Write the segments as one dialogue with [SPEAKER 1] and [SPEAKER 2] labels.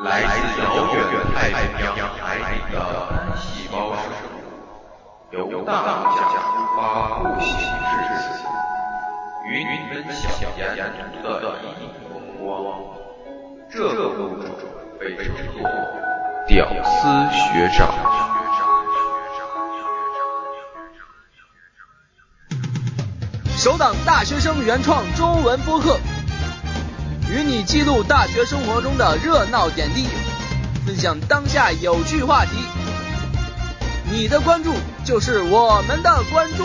[SPEAKER 1] 来自遥远太平洋海底的单细胞生物，由大马甲发步行至此，与你分享沿途的一风光。这个物种被称作“屌丝学长”。
[SPEAKER 2] 首档大学生原创中文播客，与你记录大学生活中的热闹点滴，分享当下有趣话题。你的关注就是我们的关注。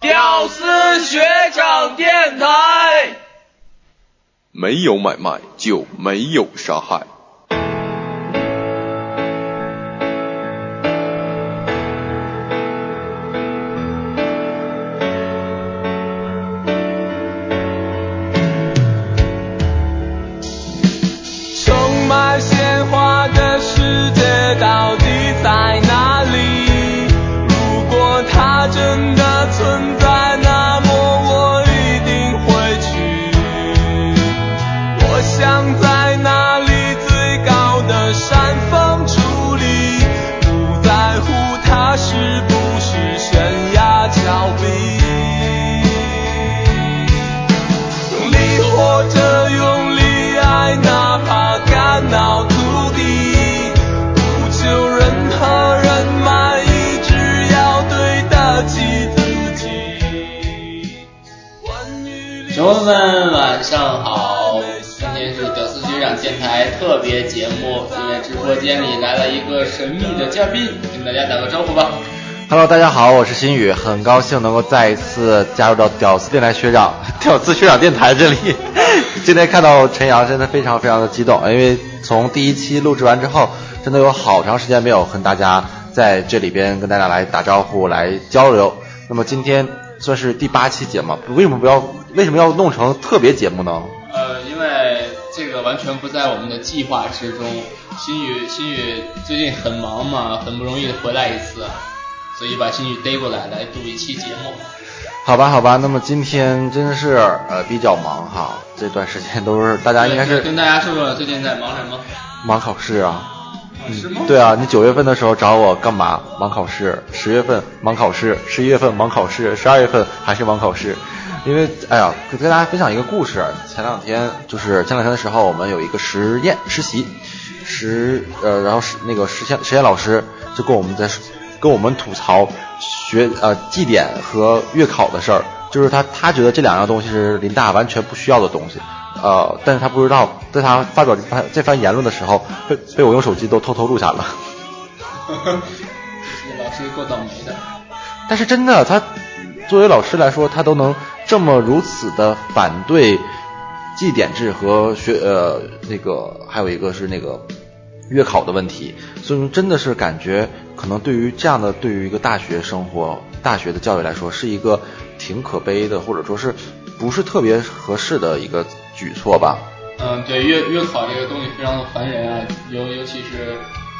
[SPEAKER 2] 屌丝学长电台。
[SPEAKER 3] 没有买卖就没有杀害。
[SPEAKER 2] 充满鲜花的世界到底在哪里？如果它真的存在，那么我一定会去。我想在那里最高的山峰矗立，不在乎它是不是悬崖峭壁。用力活着，用力爱，哪怕肝脑涂地，不求任何人满意，只要对得起自己。
[SPEAKER 4] 小伙伴们晚上好，今天是屌丝局长电台特别节目，因为直播间里来了一个神秘的嘉宾，跟大家打个招呼吧。
[SPEAKER 5] Hello，大家好，我是新宇，很高兴能够再一次加入到屌丝电台学长、 屌丝学长电台这里。 今天看到陈阳，真的非常非常的激动，因为从第一期录制完之后，真的有好长时间没有和大家在这里边跟大家来打招呼、来交流。那么今天算是第八期节目，为什么不要为什么要弄成特别节目呢？
[SPEAKER 4] 呃，因为这个完全不在我们的计划之中。新宇，新宇最近很忙嘛，很不容易回来一次，啊所以把新宇逮过来来录一期节目。
[SPEAKER 5] 好吧，好吧，那么今天真是呃比较忙哈，这段时间都是大家应该
[SPEAKER 4] 对
[SPEAKER 5] 是
[SPEAKER 4] 跟大家说说最近在忙什么？
[SPEAKER 5] 忙考试啊。
[SPEAKER 4] 啊是吗？
[SPEAKER 5] 对啊，你九月份的时候找我干嘛？忙考试。十月份忙考试，十一月份忙考试，十二月份还是忙考试。因为哎呀，跟跟大家分享一个故事。前两天就是前两天的时候，我们有一个实验实习，实呃，然后是那个实验实验老师就跟我们在说跟我们吐槽学呃绩点和月考的事儿，就是他他觉得这两样东西是林大完全不需要的东西。呃，但是他不知道，在他发表这番这番言论的时候，被被我用手机都偷偷录下了。
[SPEAKER 4] 这个老师够倒霉的。
[SPEAKER 5] 但是真的，他作为老师来说，他都能这么如此的反对绩点制和学呃那个，还有一个是那个月考的问题，所以说真的是感觉可能对于这样的对于一个大学生活、大学的教育来说，是一个挺可悲的，或者说是不是特别合适的一个举措吧。
[SPEAKER 4] 嗯，对，月月考这个东西非常的烦人啊，尤尤其是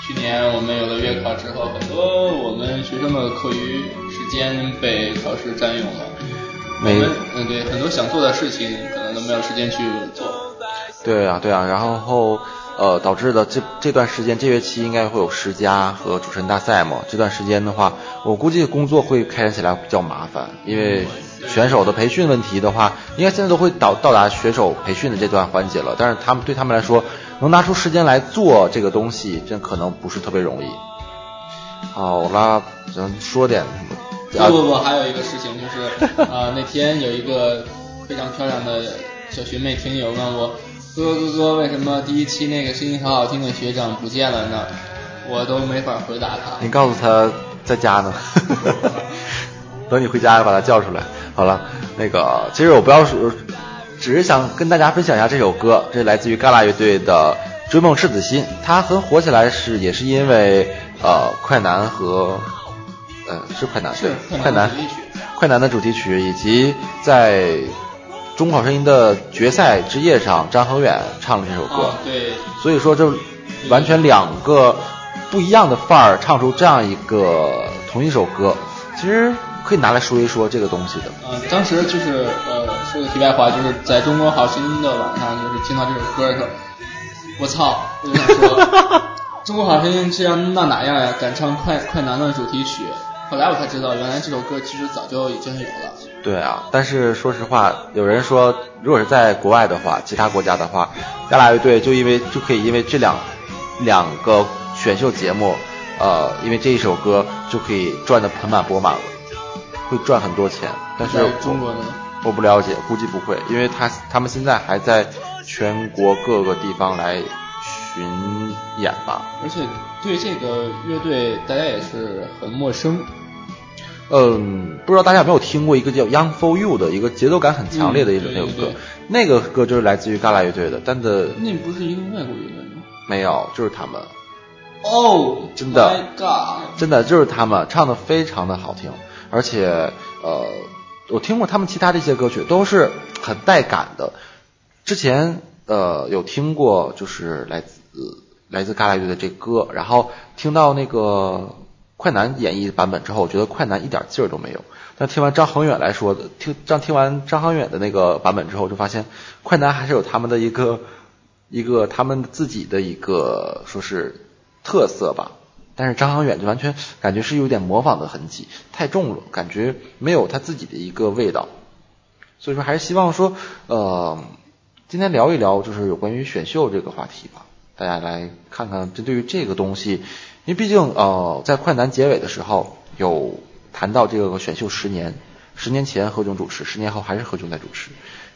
[SPEAKER 4] 去年我们有了月考之后，很多我们学生的课余时间被考试占用了，我
[SPEAKER 5] 没
[SPEAKER 4] 们嗯对很多想做的事情可能都没有时间去做。
[SPEAKER 5] 对啊，对啊，然后呃，导致的这这段时间，这学期应该会有十佳和主持人大赛嘛。这段时间的话，我估计工作会开展起来比较麻烦，因为选手的培训问题的话，应该现在都会到到达选手培训的这段环节了。但是他们对他们来说，能拿出时间来做这个东西，真可能不是特别容易。好啦，咱说点什么？
[SPEAKER 4] 不不
[SPEAKER 5] 啊，
[SPEAKER 4] 不，还有一个事情就是，啊、那天有一个非常漂亮的小学妹听友问我，哥哥哥，为什么第一期那个声音好好听的学长不见了呢？我都没法回答他。
[SPEAKER 5] 你告诉他在家呢，等你回家把他叫出来。好了，那个其实我不要说，只是想跟大家分享一下这首歌，这来自于戛纳乐队的《追梦赤子心》，它很火起来是也是因为呃快男和呃是快男对
[SPEAKER 4] 是
[SPEAKER 5] 快
[SPEAKER 4] 快
[SPEAKER 5] 男
[SPEAKER 4] 男的主题曲
[SPEAKER 5] 快男的主题曲，以及在中考声音的决赛之夜上，张恒远唱了这首歌。
[SPEAKER 4] 啊，对，
[SPEAKER 5] 所以说，这完全两个不一样的范儿，唱出这样一个同一首歌，其实可以拿来说一说这个东西的。
[SPEAKER 4] 呃，当时就是呃，说个题外话，就是在中国好声音的晚上，就是听到这首歌的时候，我操，我就想 说，中国好声音这样闹哪样呀？敢唱快快男的主题曲。后来我才知道，原来这首歌其实早就已经有了。
[SPEAKER 5] 对啊，但是说实话，有人说，如果是在国外的话，其他国家的话，加拿大乐队就因为就可以因为这两两个选秀节目，呃，因为这一首歌就可以赚的盆满钵满了，会赚很多钱。但是
[SPEAKER 4] 在
[SPEAKER 5] 我
[SPEAKER 4] 中国呢
[SPEAKER 5] 我不了解，估计不会，因为他他们现在还在全国各个地方来巡演吧。
[SPEAKER 4] 而且对这个乐队，大家也是很陌生。
[SPEAKER 5] 嗯，不知道大家有没有听过一个叫《Young for You》的一个节奏感很强烈的一首
[SPEAKER 4] 嗯对
[SPEAKER 5] 那首
[SPEAKER 4] 对
[SPEAKER 5] 歌
[SPEAKER 4] 对，
[SPEAKER 5] 那个歌就是来自于嘎啦乐队的，但的
[SPEAKER 4] 那不是一个外国乐队吗？
[SPEAKER 5] 没有，就是他们，
[SPEAKER 4] 哦，
[SPEAKER 5] 真的
[SPEAKER 4] My God，
[SPEAKER 5] 真的就是他们唱的非常的好听，而且呃，我听过他们其他的一些歌曲都是很带感的。之前呃有听过就是来自呃来自嘎啦乐队的这歌，然后听到那个快男演绎版本之后，我觉得快男一点劲儿都没有。但听完张恒远来说的，听张听完张恒远的那个版本之后，就发现快男还是有他们的一个一个他们自己的一个说是特色吧。但是张恒远就完全感觉是有点模仿的痕迹，太重了，感觉没有他自己的一个味道。所以说，还是希望说，呃，今天聊一聊就是有关于选秀这个话题吧。大家来看看针对于这个东西，因为毕竟呃，在快男结尾的时候有谈到这个选秀十年，十年前何炅主持，十年后还是何炅在主持，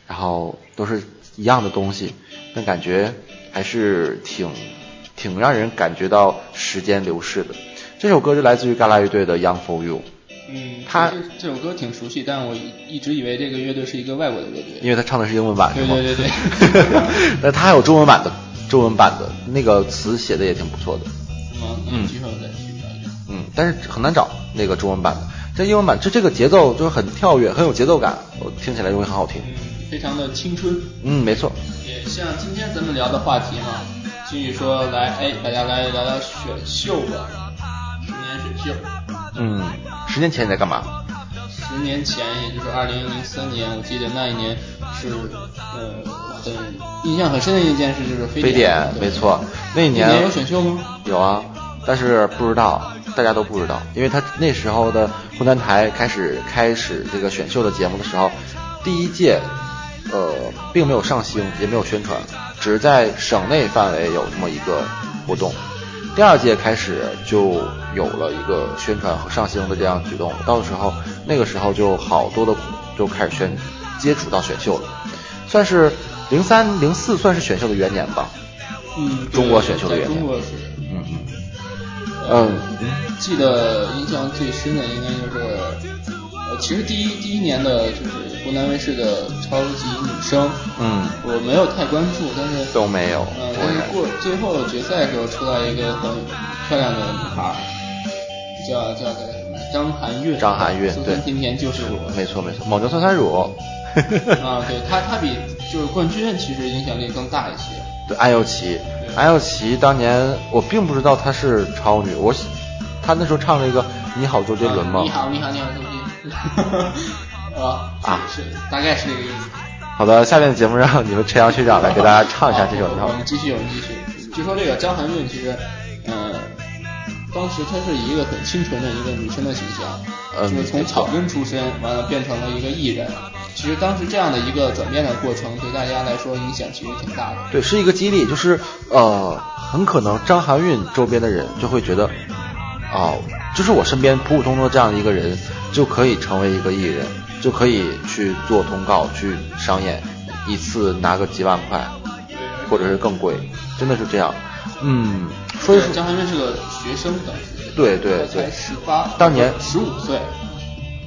[SPEAKER 5] 然后都是一样的东西，但感觉还是挺挺让人感觉到时间流逝的。这首歌就来自于嘎啦乐队的《Young for You》，
[SPEAKER 4] 嗯，
[SPEAKER 5] 他
[SPEAKER 4] 其实这首歌挺熟悉，但我一直以为这个乐队是一个外国的乐队。
[SPEAKER 5] 因为他唱的是英文版，是
[SPEAKER 4] 对
[SPEAKER 5] 吗
[SPEAKER 4] 对对对，
[SPEAKER 5] 那它还有中文版的，中文版的那个词写的也挺不错的，
[SPEAKER 4] 是吗？
[SPEAKER 5] 嗯
[SPEAKER 4] 机会我再去找一找。
[SPEAKER 5] 嗯，但是很难找那个中文版的。这英文版这这个节奏就是很跳跃，很有节奏感，我听起来就会很好听。
[SPEAKER 4] 嗯，非常的青春，
[SPEAKER 5] 嗯，没错，
[SPEAKER 4] 也像今天咱们聊的话题嘛。金宇说来，哎，大家来聊聊选秀吧，十年选秀。
[SPEAKER 5] 嗯，十年前你在干嘛？
[SPEAKER 4] 十年前，也就是二零零三年，我记得那一年是呃很印象很深的一件事，就是非
[SPEAKER 5] 非典，
[SPEAKER 4] 对
[SPEAKER 5] 没错，那一
[SPEAKER 4] 那
[SPEAKER 5] 年
[SPEAKER 4] 年有选秀吗？
[SPEAKER 5] 有啊，但是不知道，大家都不知道，因为他那时候的湖南台开始开始这个选秀的节目的时候，第一届，呃，并没有上星，也没有宣传，只是在省内范围有这么一个活动。第二届开始就有了一个宣传和上星的这样举动，到时候那个时候就好多的就开始宣接触到选秀了，算是零三零四算是选秀的元年吧。
[SPEAKER 4] 嗯，对
[SPEAKER 5] 中国选秀的
[SPEAKER 4] 在
[SPEAKER 5] 元年
[SPEAKER 4] 中国是。
[SPEAKER 5] 嗯嗯
[SPEAKER 4] 呃
[SPEAKER 5] 嗯嗯
[SPEAKER 4] 记得印象最深的应该就是，呃，其实第一第一年的就是湖南卫视的超级女声，
[SPEAKER 5] 嗯，
[SPEAKER 4] 我没有太关注，但是
[SPEAKER 5] 都没有
[SPEAKER 4] 呃，
[SPEAKER 5] 我
[SPEAKER 4] 但
[SPEAKER 5] 也
[SPEAKER 4] 是过最后决赛的时候出来一个很漂亮的女孩儿，叫叫叫什么？张含韵。
[SPEAKER 5] 张含韵
[SPEAKER 4] 苏
[SPEAKER 5] 对
[SPEAKER 4] 三甜甜嗯就是我。
[SPEAKER 5] 没错没错，蒙牛酸酸 乳。
[SPEAKER 4] 啊，对她她比就是冠军其实影响力更大一些。
[SPEAKER 5] 对，安又琪，安又琪当年我并不知道她是超女，我她那时候唱了一个《你好，周杰伦》吗
[SPEAKER 4] 啊你？好，你好，你好，周杰。啊
[SPEAKER 5] 啊
[SPEAKER 4] 是是大概是这个意思。
[SPEAKER 5] 好的，下面的节目让你们陈阳学长来给大家唱一下这首
[SPEAKER 4] 好
[SPEAKER 5] 唱
[SPEAKER 4] 我。们继续，我们继续。据说这个张含韵其实，呃，当时她是一个很清纯的一个女生的形象，
[SPEAKER 5] 嗯
[SPEAKER 4] 就是从
[SPEAKER 5] 没
[SPEAKER 4] 草
[SPEAKER 5] 错
[SPEAKER 4] 根出身，完了变成了一个艺人。其实当时这样的一个转变的过程，对大家来说影响其实挺大的。
[SPEAKER 5] 对，是一个激励，就是呃，很可能张含韵周边的人就会觉得，哦，就是我身边普普通通的这样一个人，就可以成为一个艺人，就可以去做通告、去商演，一次拿个几万块，或者是更贵，真的是这样。嗯，所以说
[SPEAKER 4] 张含韵是个学生，当时
[SPEAKER 5] 对对
[SPEAKER 4] 她才
[SPEAKER 5] 对
[SPEAKER 4] 十八，
[SPEAKER 5] 当年
[SPEAKER 4] 十五岁。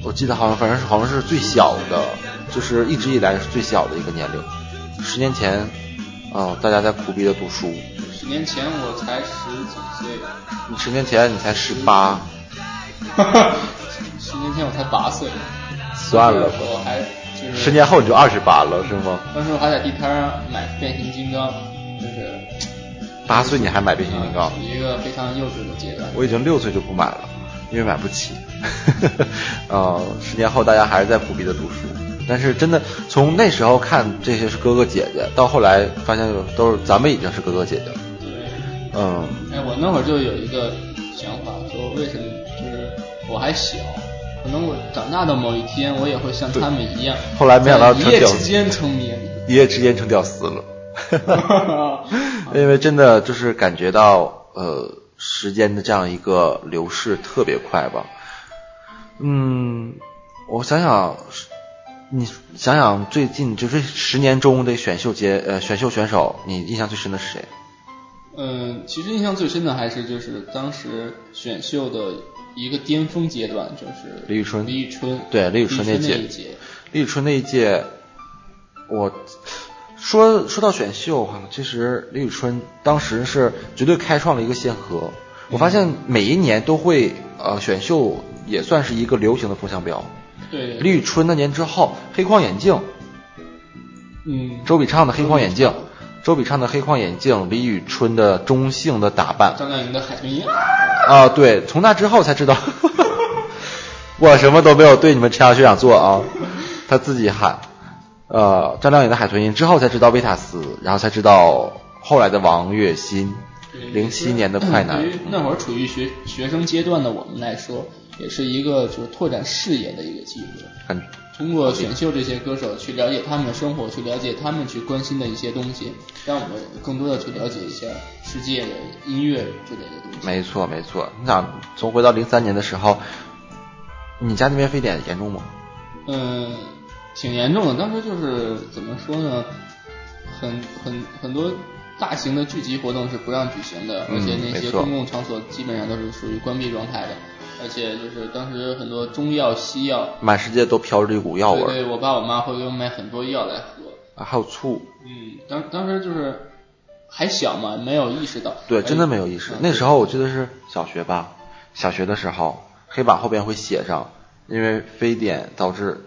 [SPEAKER 5] 我记得好像反正是好像是最小的，就是一直以来是最小的一个年龄。十年前，啊、大家在苦逼的读书，
[SPEAKER 4] 十年前我才十几岁，
[SPEAKER 5] 你十年前你才十八，
[SPEAKER 4] 十年前我才八岁，
[SPEAKER 5] 算了吧
[SPEAKER 4] 我还就是
[SPEAKER 5] 十年后你就二十八了是吗？
[SPEAKER 4] 当时我还在地摊儿上买变形金刚，就是
[SPEAKER 5] 八岁你还买变形金刚
[SPEAKER 4] 啊？一个非常幼稚的阶段。
[SPEAKER 5] 我已经六岁就不买 了，因为买不起。呃，十年后大家还是在苦逼的读书，但是真的从那时候看这些是哥哥姐姐，到后来发现都是咱们已经是哥哥姐姐了。
[SPEAKER 4] 对，
[SPEAKER 5] 嗯，
[SPEAKER 4] 哎，我那会儿就有一个想法，说为什么就是我还小，可能我长大的某一天，我也会像他们一样，
[SPEAKER 5] 后来没想到
[SPEAKER 4] 在
[SPEAKER 5] 成
[SPEAKER 4] 一夜
[SPEAKER 5] 屌
[SPEAKER 4] 之间成 名。
[SPEAKER 5] 一夜之间成屌丝了。
[SPEAKER 4] 啊
[SPEAKER 5] 因为真的就是感觉到呃时间的这样一个流逝特别快吧。嗯，我想想，你想想最近就这十年中的选秀节呃选秀选手，你印象最深的是谁？
[SPEAKER 4] 嗯，其实印象最深的还是就是当时选秀的一个巅峰阶段，就是
[SPEAKER 5] 李宇春
[SPEAKER 4] 李宇春，
[SPEAKER 5] 对李
[SPEAKER 4] 李
[SPEAKER 5] 宇春那届
[SPEAKER 4] 一届，
[SPEAKER 5] 李宇春那一届，我说说到选秀哈，其实李宇春当时是绝对开创了一个先河。我发
[SPEAKER 4] 嗯
[SPEAKER 5] 现每一年都会呃选秀也算是一个流行的风向标。
[SPEAKER 4] 对，
[SPEAKER 5] 李宇春那年之后，黑框眼镜，
[SPEAKER 4] 嗯，
[SPEAKER 5] 周笔畅的黑框眼镜，周笔畅的黑框眼镜，李宇春的中性的打扮，
[SPEAKER 4] 张靓颖的海豚音，
[SPEAKER 5] 啊，对，从那之后才知道， 我什么都没有对你们陈阳学长做啊，他自己喊，呃，张靓颖的海豚音之后才知道维塔斯，然后才知道后来的王栎鑫，零七年的快男
[SPEAKER 4] 嗯对于，那会儿处于学学生阶段的我们来说，也是一个就是拓展视野的一个机会。
[SPEAKER 5] 很
[SPEAKER 4] 通过选秀这些歌手去了解他们的生活，去了解他们去关心的一些东西，让我们更多的去了解一下世界的音乐之类的东西。
[SPEAKER 5] 没错没错。你想从回到零三年的时候，你家那边非典严重吗？
[SPEAKER 4] 嗯，挺严重的。当时就是怎么说呢，很很很多大型的聚集活动是不让举行的，
[SPEAKER 5] 嗯
[SPEAKER 4] 而且那
[SPEAKER 5] 没
[SPEAKER 4] 些
[SPEAKER 5] 错
[SPEAKER 4] 公共场所基本上都是属于关闭状态的。而且就是当时很多中药、西药，
[SPEAKER 5] 满世界都飘着一股药味
[SPEAKER 4] 对
[SPEAKER 5] 儿，
[SPEAKER 4] 对，我爸我妈会给我买很多药来喝。
[SPEAKER 5] 啊还有醋，
[SPEAKER 4] 嗯，当当时就是还小嘛，没有意识到。
[SPEAKER 5] 对，
[SPEAKER 4] 而且
[SPEAKER 5] 真的没有意识
[SPEAKER 4] 嗯。
[SPEAKER 5] 那时候我记得是小学吧，小学的时候，黑板后边会写上，因为非典导致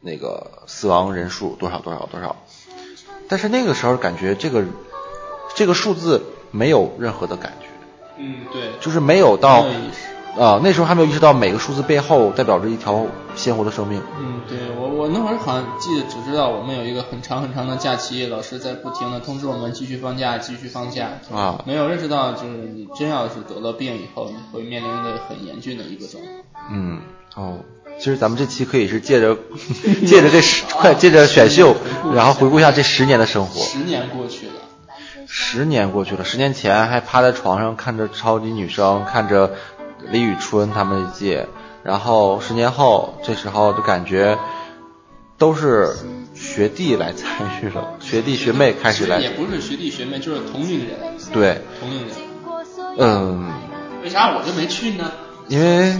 [SPEAKER 5] 那个死亡人数多少多少多少。但是那个时候感觉这个这个数字没有任何的感觉，
[SPEAKER 4] 嗯，对，
[SPEAKER 5] 就是没有到
[SPEAKER 4] 没有意识
[SPEAKER 5] 啊、那时候还没有意识到每个数字背后代表着一条鲜活的生命。
[SPEAKER 4] 嗯，对我我那会儿好像记得只知道我们有一个很长很长的假期，老师在不停的通知我们继续放假，继续放假
[SPEAKER 5] 啊
[SPEAKER 4] 没有认识到就是你真要是得了病以后，你会面临的很严峻的一个状态。
[SPEAKER 5] 嗯，哦，其实咱们这期可以是借着 借着这十快借着选秀，然后回顾一下这十年的生活。
[SPEAKER 4] 十年过去了，
[SPEAKER 5] 十年过去了，十年前还趴在床上看着超级女声，看着李宇春他们一届，然后十年后这时候就感觉都是学弟来参与了，学弟学妹开始
[SPEAKER 4] 其实也
[SPEAKER 5] 来，
[SPEAKER 4] 不是学弟学妹，就是同龄人，
[SPEAKER 5] 对，
[SPEAKER 4] 同龄人。
[SPEAKER 5] 嗯，
[SPEAKER 4] 为啥我就没去呢？
[SPEAKER 5] 因为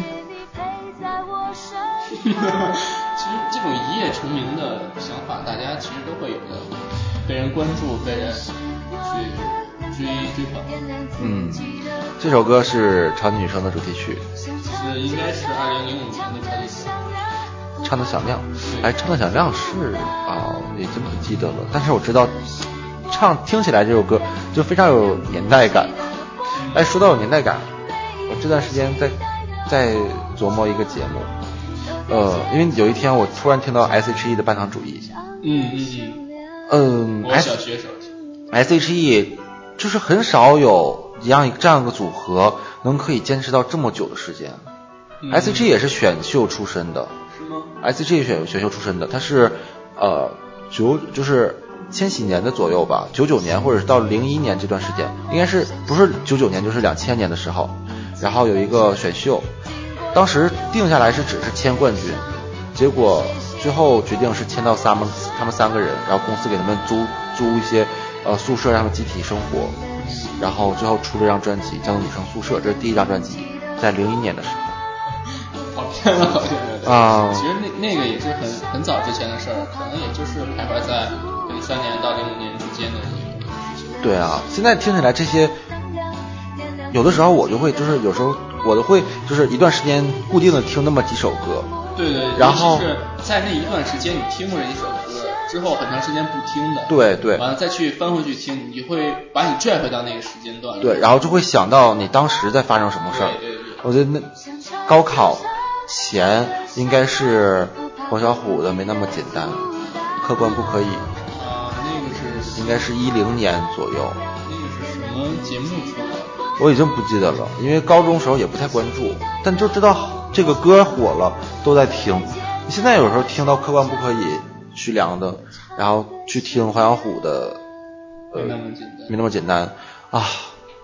[SPEAKER 4] 其实这种一夜成名的想法，大家其实都会有的，被人关注，被人去追追捧。
[SPEAKER 5] 嗯，这首歌是超级女声的主题曲，
[SPEAKER 4] 是应该是二零零五年的超级星
[SPEAKER 5] 《唱的响亮》，哎，《唱的响亮》是啊、也真不记得了，但是我知道唱听起来这首歌就非常有年代感。哎，说到有年代感，我这段时间在在琢磨一个节目，呃，因为有一天我突然听到 S.H.E 的《半糖主义》，
[SPEAKER 4] 嗯嗯
[SPEAKER 5] 嗯
[SPEAKER 4] 嗯，我小
[SPEAKER 5] ，S
[SPEAKER 4] 学时候，
[SPEAKER 5] S.H.E 就是很少有一样这样一个组合能可以坚持到这么久的时间。
[SPEAKER 4] 嗯
[SPEAKER 5] S.H.E 也是选秀出身的，
[SPEAKER 4] 是吗？
[SPEAKER 5] S.H.E 选选秀出身的，他是呃九就是千禧年的左右吧，九九年或者是到零一年这段时间，应该是不是九九年就是两千年的时候，然后有一个选秀，当时定下来是只是签冠军，结果最后决定是签到他们他们三个人，然后公司给他们租租一些呃宿舍让他们集体生活，然后最后出了一张专辑叫做《女生宿舍》，这是第一张专辑，在零一年的时候。
[SPEAKER 4] 跑偏了，好像有点。
[SPEAKER 5] 啊
[SPEAKER 4] 其实那那个也是很很早之前的事儿，可能也就是徘徊在零三年到零五年之间的一个事情。
[SPEAKER 5] 对啊，现在听起来这些，有的时候我就会，就是有时候我都会，就是一段时间固定的听那么几首歌，
[SPEAKER 4] 对对，
[SPEAKER 5] 然后
[SPEAKER 4] 尤其是在那一段时间，你听过这一首歌之后，很长时间不听的，
[SPEAKER 5] 对对
[SPEAKER 4] 完了再去翻回去听，你会把你拽回到那个时间段。
[SPEAKER 5] 对，然后就会想到你当时在发生什么事儿
[SPEAKER 4] 对对对。
[SPEAKER 5] 我觉得那高考前应该是黄小琥的没那么简单，客观不可以，
[SPEAKER 4] 啊，那个是
[SPEAKER 5] 应该是一零年左右，
[SPEAKER 4] 那个是什么节目出的？
[SPEAKER 5] 我已经不记得了，因为高中时候也不太关注，但就知道这个歌火了，都在听。现在有时候听到客观不可以徐良的，然后去听黄小琥的，呃，
[SPEAKER 4] 没那么简单
[SPEAKER 5] 没那么简单啊，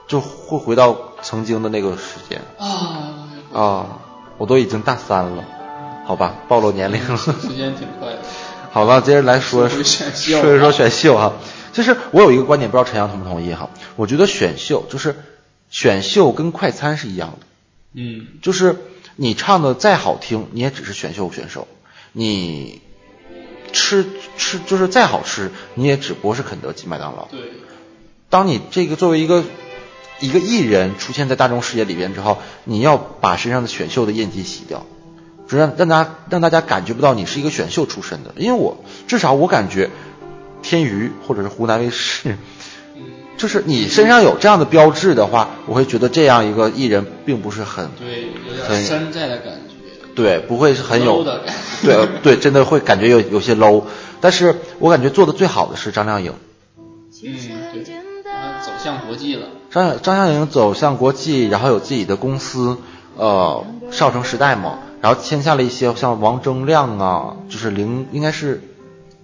[SPEAKER 5] 就会回到曾经的那个时间。
[SPEAKER 4] 啊，
[SPEAKER 5] 啊，我都已经大三了，好吧，暴露年龄了。
[SPEAKER 4] 时间挺快的。
[SPEAKER 5] 好了，接着来说
[SPEAKER 4] 说回选秀啊
[SPEAKER 5] 说一说选秀哈。其实我有一个观点，不知道陈阳同不同意哈。我觉得选秀就是选秀跟快餐是一样的，
[SPEAKER 4] 嗯，
[SPEAKER 5] 就是你唱的再好听，你也只是选秀选手；你吃吃就是再好吃，你也只不过是肯德基、麦当劳。
[SPEAKER 4] 对，
[SPEAKER 5] 当你这个作为一个一个艺人出现在大众视野里边之后，你要把身上的选秀的印记洗掉，就让让大家让大家感觉不到你是一个选秀出身的。因为我至少我感觉天娱或者是湖南卫视，
[SPEAKER 4] 嗯，
[SPEAKER 5] 就是你身上有这样的标志的话，我会觉得这样一个艺人并不是很
[SPEAKER 4] 对，有
[SPEAKER 5] 很
[SPEAKER 4] 点山寨的感觉。嗯
[SPEAKER 5] 对，不会是很有
[SPEAKER 4] low 的感觉
[SPEAKER 5] 对对，真的会感觉有有些 low。但是我感觉做的最好的是张靓颖，
[SPEAKER 4] 嗯，对，啊，走向国际了。
[SPEAKER 5] 张张靓颖走向国际，然后有自己的公司，呃，少城时代嘛，然后签下了一些像王铮亮啊，就是零应该是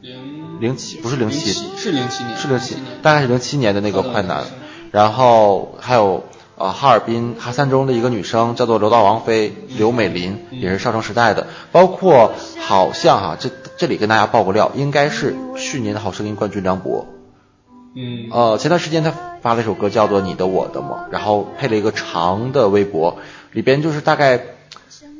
[SPEAKER 4] 零
[SPEAKER 5] 零七不是零七
[SPEAKER 4] 07是零七年，
[SPEAKER 5] 是零七
[SPEAKER 4] 07年，嗯
[SPEAKER 5] 大概是零七年的那个快
[SPEAKER 4] 快
[SPEAKER 5] 男
[SPEAKER 4] 男，
[SPEAKER 5] 然后还有呃哈尔滨哈三中的一个女生叫做柔道王妃
[SPEAKER 4] 嗯
[SPEAKER 5] 刘美玲，也是少城时代的，包括好像哈、这这里跟大家爆个料，应该是去年的好声音冠军梁博，
[SPEAKER 4] 嗯，
[SPEAKER 5] 呃，前段时间他发了一首歌叫做《你的我的》嘛，然后配了一个长的微博，里边就是大概，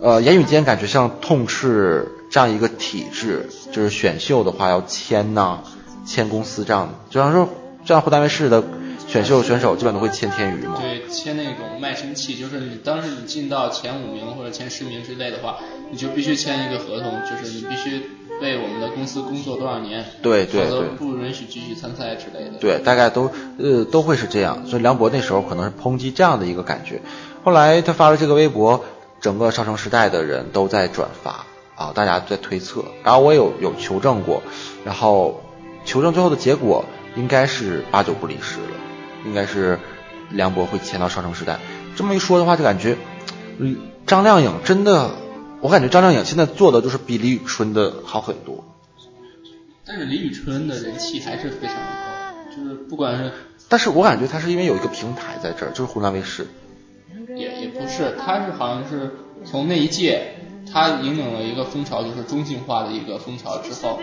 [SPEAKER 5] 呃，言语间感觉像痛斥这样一个体制，就是选秀的话要签呐、签公司这样的，就像说这样湖南卫视的选秀选手基本都会签天娱嘛。
[SPEAKER 4] 对，签那种卖身契，就是你当时你进到前五名或者前十名之类的话，你就必须签一个合同，就是你必须为我们的公司工作多少年，
[SPEAKER 5] 对对
[SPEAKER 4] 否则
[SPEAKER 5] 对
[SPEAKER 4] 不允许继续参赛之类的。，
[SPEAKER 5] 对，大概都呃都会是这样。所以梁博那时候可能是抨击这样的一个感觉。后来他发了这个微博，整个少城时代的人都在转发啊，大家都在推测。然后我也有有求证过，然后求证最后的结果应该是八九不离十了，应该是梁博会签到少城时代。这么一说的话，就感觉嗯张靓颖真的，我感觉张靓颖现在做的就是比李宇春的好很多。
[SPEAKER 4] 但是李宇春的人气还是非常高，就是不管是
[SPEAKER 5] 但是我感觉她是因为有一个平台在这儿，就是湖南卫视。
[SPEAKER 4] 也也不是，他是好像是从那一届，他引领了一个风潮，就是中性化的一个风潮之后，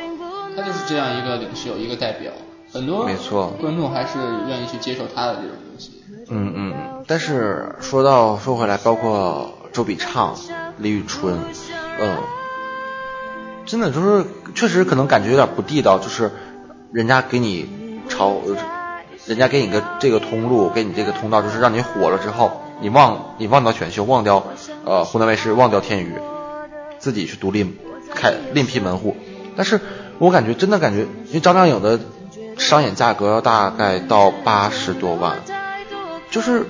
[SPEAKER 4] 他就是这样一个领袖，一个代表，很多
[SPEAKER 5] 没错
[SPEAKER 4] 观众还是愿意去接受他的这种东西。
[SPEAKER 5] 嗯，嗯，但是说到说回来，包括周笔畅、李宇春，嗯，真的就是确实可能感觉有点不地道，就是人家给你朝，呃人家给你个这个通路，给你这个通道，就是让你火了之后，你忘你忘掉选秀，忘掉呃湖南卫视，忘掉天娱，自己去独立开另辟门户。但是我感觉真的感觉，因为张靓颖的商演价格要大概到八十多万，就是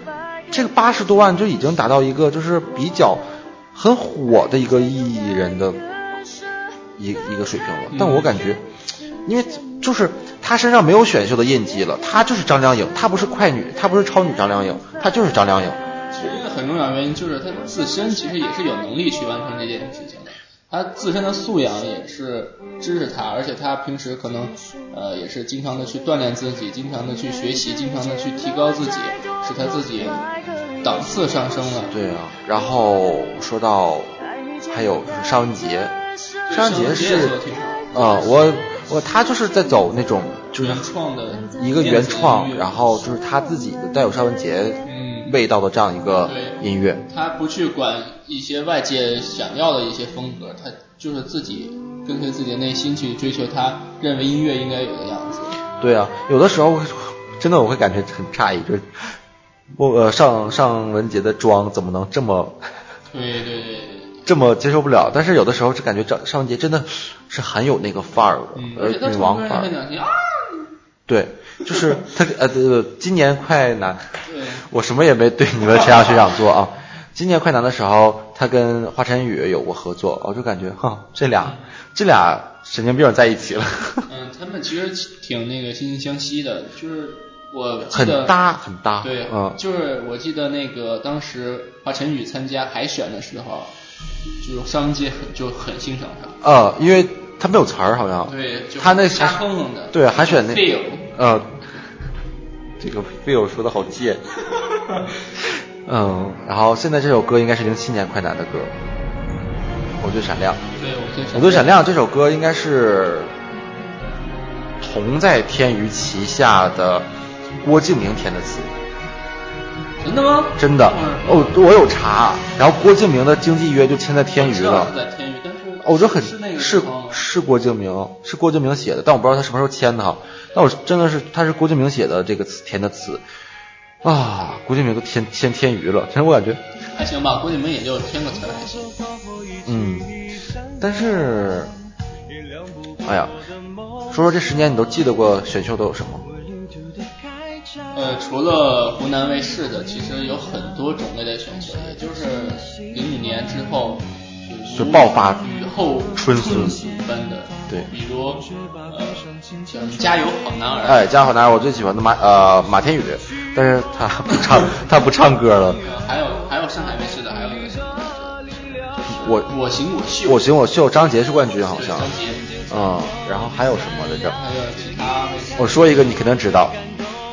[SPEAKER 5] 这个八十多万就已经达到一个就是比较很火的一个艺人的一一个水平
[SPEAKER 4] 嗯
[SPEAKER 5] 了。但我感觉，因为就是她身上没有选秀的印记了，她就是张靓颖，她不是快女，她不是超女张靓颖，她就是张靓颖。
[SPEAKER 4] 其实一个很重要的原因就是他自身其实也是有能力去完成这件事情的，他自身的素养也是支持他，而且他平时可能呃也是经常的去锻炼自己，经常的去学习，经常的去提高自己，使他自己档次上升了。
[SPEAKER 5] 对啊，然后说到还有就是尚雯婕，尚雯婕
[SPEAKER 4] 也
[SPEAKER 5] 是
[SPEAKER 4] 做得挺好
[SPEAKER 5] 呃，我我她就是在走那种就是
[SPEAKER 4] 原创的
[SPEAKER 5] 一个
[SPEAKER 4] 电
[SPEAKER 5] 原
[SPEAKER 4] 子音
[SPEAKER 5] 创，
[SPEAKER 4] 乐
[SPEAKER 5] 然后就是她自己的带有尚雯婕
[SPEAKER 4] 嗯
[SPEAKER 5] 味道的这样一个
[SPEAKER 4] 对
[SPEAKER 5] 音乐。
[SPEAKER 4] 他不去管一些外界想要的一些风格，他就是自己跟随自己的内心去追求他认为音乐应该有的样子。
[SPEAKER 5] 对啊，有的时候我真的我会感觉很诧异，就是我呃尚尚雯婕的妆怎么能这么
[SPEAKER 4] 对对对，
[SPEAKER 5] 这么接受不了？但是有的时候就感觉张尚雯婕真的是很有那个范儿的
[SPEAKER 4] 嗯，，
[SPEAKER 5] 呃
[SPEAKER 4] 而且他
[SPEAKER 5] 女
[SPEAKER 4] 突
[SPEAKER 5] 王
[SPEAKER 4] 然
[SPEAKER 5] 范
[SPEAKER 4] 很
[SPEAKER 5] 儿。
[SPEAKER 4] 两性啊，
[SPEAKER 5] 对，就是他呃呃，今年快男，
[SPEAKER 4] 对，
[SPEAKER 5] 我什么也没对你们陈阳学长做啊。今年快男的时候，他他跟华晨宇有过合作，我就感觉哈，这俩这俩神经病在一 起了，
[SPEAKER 4] 嗯，他们其实挺那个惺惺相惜的，就是我记
[SPEAKER 5] 很
[SPEAKER 4] 得
[SPEAKER 5] 搭很搭，
[SPEAKER 4] 对，
[SPEAKER 5] 嗯，
[SPEAKER 4] 就是我记得那个当时华晨宇参加海选的时候，就是商界很就很欣赏他，
[SPEAKER 5] 呃，因为他没有词儿好像，
[SPEAKER 4] 对，就
[SPEAKER 5] 他那
[SPEAKER 4] 瞎
[SPEAKER 5] 啥
[SPEAKER 4] 哼哼的，
[SPEAKER 5] 对，还选那
[SPEAKER 4] feel
[SPEAKER 5] 呃，这个 feel 说的好 贱，嗯，然后现在这首歌应该是零七年快男的歌，我最闪亮，
[SPEAKER 4] 对，我最闪
[SPEAKER 5] 我最闪亮这首歌应该是同在天娱旗下的郭敬明填的词，
[SPEAKER 4] 真的吗？
[SPEAKER 5] 真的
[SPEAKER 4] 嗯
[SPEAKER 5] 哦，我有查，然后郭敬明的经纪约就签在天娱
[SPEAKER 4] 知道是
[SPEAKER 5] 了。
[SPEAKER 4] 在天娱，但是
[SPEAKER 5] 哦，我就很
[SPEAKER 4] 是那个
[SPEAKER 5] 是
[SPEAKER 4] 地方吗
[SPEAKER 5] 是郭敬明，是郭敬明写的，但我不知道他什么时候签的哈。但我真的是他是郭敬明写的这个词填的词，啊，郭敬明都签签天娱了，其实我感觉，
[SPEAKER 4] 还行吧，郭敬明也就添个词儿还行。
[SPEAKER 5] 嗯，但是，哎呀，说说这十年你都记得过选秀都有什么？
[SPEAKER 4] 呃，除了湖南卫视的，其实有很多种类的选秀，也就是零五年之后
[SPEAKER 5] 就爆发
[SPEAKER 4] 雨后
[SPEAKER 5] 春笋
[SPEAKER 4] 笋般的，
[SPEAKER 5] 对
[SPEAKER 4] 比如呃，叫什么加油好男儿，
[SPEAKER 5] 哎，家好男儿我最喜欢的马呃马天宇，但是他不唱他不唱歌了，
[SPEAKER 4] 呃，还有还有上海卫视的，还有一个什么
[SPEAKER 5] 我
[SPEAKER 4] 我行我秀，
[SPEAKER 5] 我行我秀张杰是冠军好
[SPEAKER 4] 对
[SPEAKER 5] 像
[SPEAKER 4] 张，杰，
[SPEAKER 5] 嗯，然后还有什么来着？
[SPEAKER 4] 还有其他卫视
[SPEAKER 5] 我说一个你肯定知道，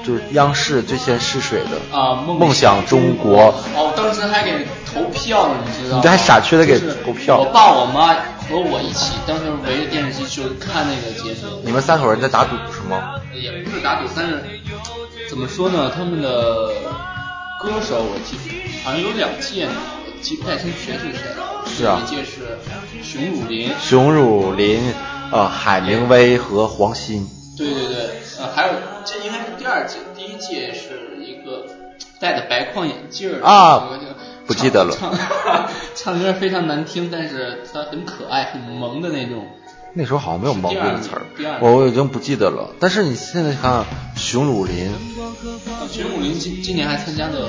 [SPEAKER 5] 就是央视最先试水的
[SPEAKER 4] 啊梦
[SPEAKER 5] 梦想中国》，
[SPEAKER 4] 哦，当时还给投票了，你知道吗？
[SPEAKER 5] 你这还傻缺的给投票
[SPEAKER 4] 就是我爸我妈和我一起，当时围着电视机就看那个节目，
[SPEAKER 5] 你们三口人在打赌是吗？
[SPEAKER 4] 也不是打赌，但是怎么说呢？他们的歌手我记好像有两届呢，我记不太清谁是谁了。
[SPEAKER 5] 是啊
[SPEAKER 4] 有一届是熊汝霖，
[SPEAKER 5] 熊汝霖、呃海明威和黄鑫，
[SPEAKER 4] 对对对，呃，还有这应该是第二届，第一届是一个戴着白框眼镜儿的
[SPEAKER 5] 啊
[SPEAKER 4] 一个就
[SPEAKER 5] 不记得了
[SPEAKER 4] 唱唱 唱歌非常难听，但是他很可爱、很萌的那种。
[SPEAKER 5] 那时候好像没有“萌”
[SPEAKER 4] 第
[SPEAKER 5] 这
[SPEAKER 4] 二
[SPEAKER 5] 个词儿
[SPEAKER 4] 第二，
[SPEAKER 5] 我我已经不记得了。但是你现在看熊汝霖，
[SPEAKER 4] 呃玄武林今今年还参加了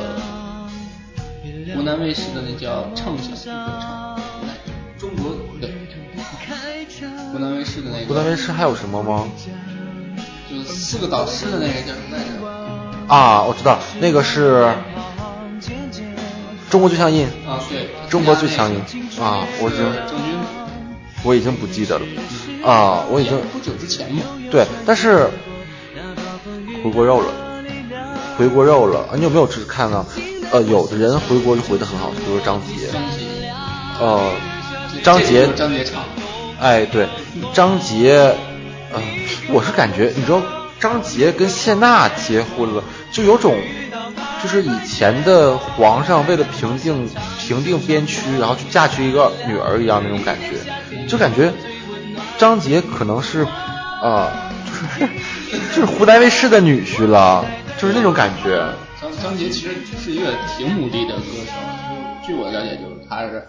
[SPEAKER 4] 湖南卫视的那叫《畅想中国唱》，中国对，湖南卫视的那个，
[SPEAKER 5] 湖南卫视还有什么吗？
[SPEAKER 4] 就是四个导师的那个叫什么来着？
[SPEAKER 5] 啊，我知道，那个是中国最强音，
[SPEAKER 4] 啊，对，
[SPEAKER 5] 中国最强音啊，我
[SPEAKER 4] 是
[SPEAKER 5] 已经
[SPEAKER 4] 郑钧
[SPEAKER 5] 我已经不记得了啊，我已经
[SPEAKER 4] 不久之前嘛，
[SPEAKER 5] 对，但是回锅肉了，回锅肉了。啊、你有没有只看呢？呃，有的人回锅就回的很好，比如说张杰，
[SPEAKER 4] 张杰，
[SPEAKER 5] 呃，
[SPEAKER 4] 这
[SPEAKER 5] 张
[SPEAKER 4] 这
[SPEAKER 5] 杰
[SPEAKER 4] 就是，张杰唱，
[SPEAKER 5] 哎，对，张杰，呃，我是感觉，你知道，张杰跟谢娜结婚了，就有种，就是以前的皇上为了平定平定边区，然后去嫁娶一个女儿一样那种感觉，就感觉张杰可能是，啊、就是 就是湖南卫视的女婿了，就是那种感觉。
[SPEAKER 4] 张张杰其实是一个挺努力的歌手，据我了解就是他是，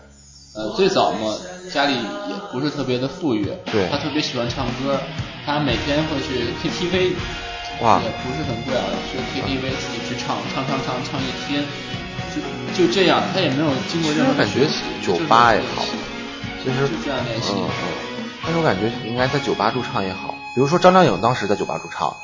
[SPEAKER 4] 呃，最早嘛家里也不是特别的富裕，
[SPEAKER 5] 对
[SPEAKER 4] 他特别喜欢唱歌，他每天会去 KTV，
[SPEAKER 5] 哇
[SPEAKER 4] 也不是很贵啊，去 KTV 自己去唱，唱唱唱唱一天，就就这样，他也没有经过任何
[SPEAKER 5] 其实感觉
[SPEAKER 4] 学习
[SPEAKER 5] 酒吧也好其实
[SPEAKER 4] 就这样联系
[SPEAKER 5] 嗯嗯，但是我感觉应该在酒吧驻唱也好，比如说张靓颖当时在酒吧驻唱，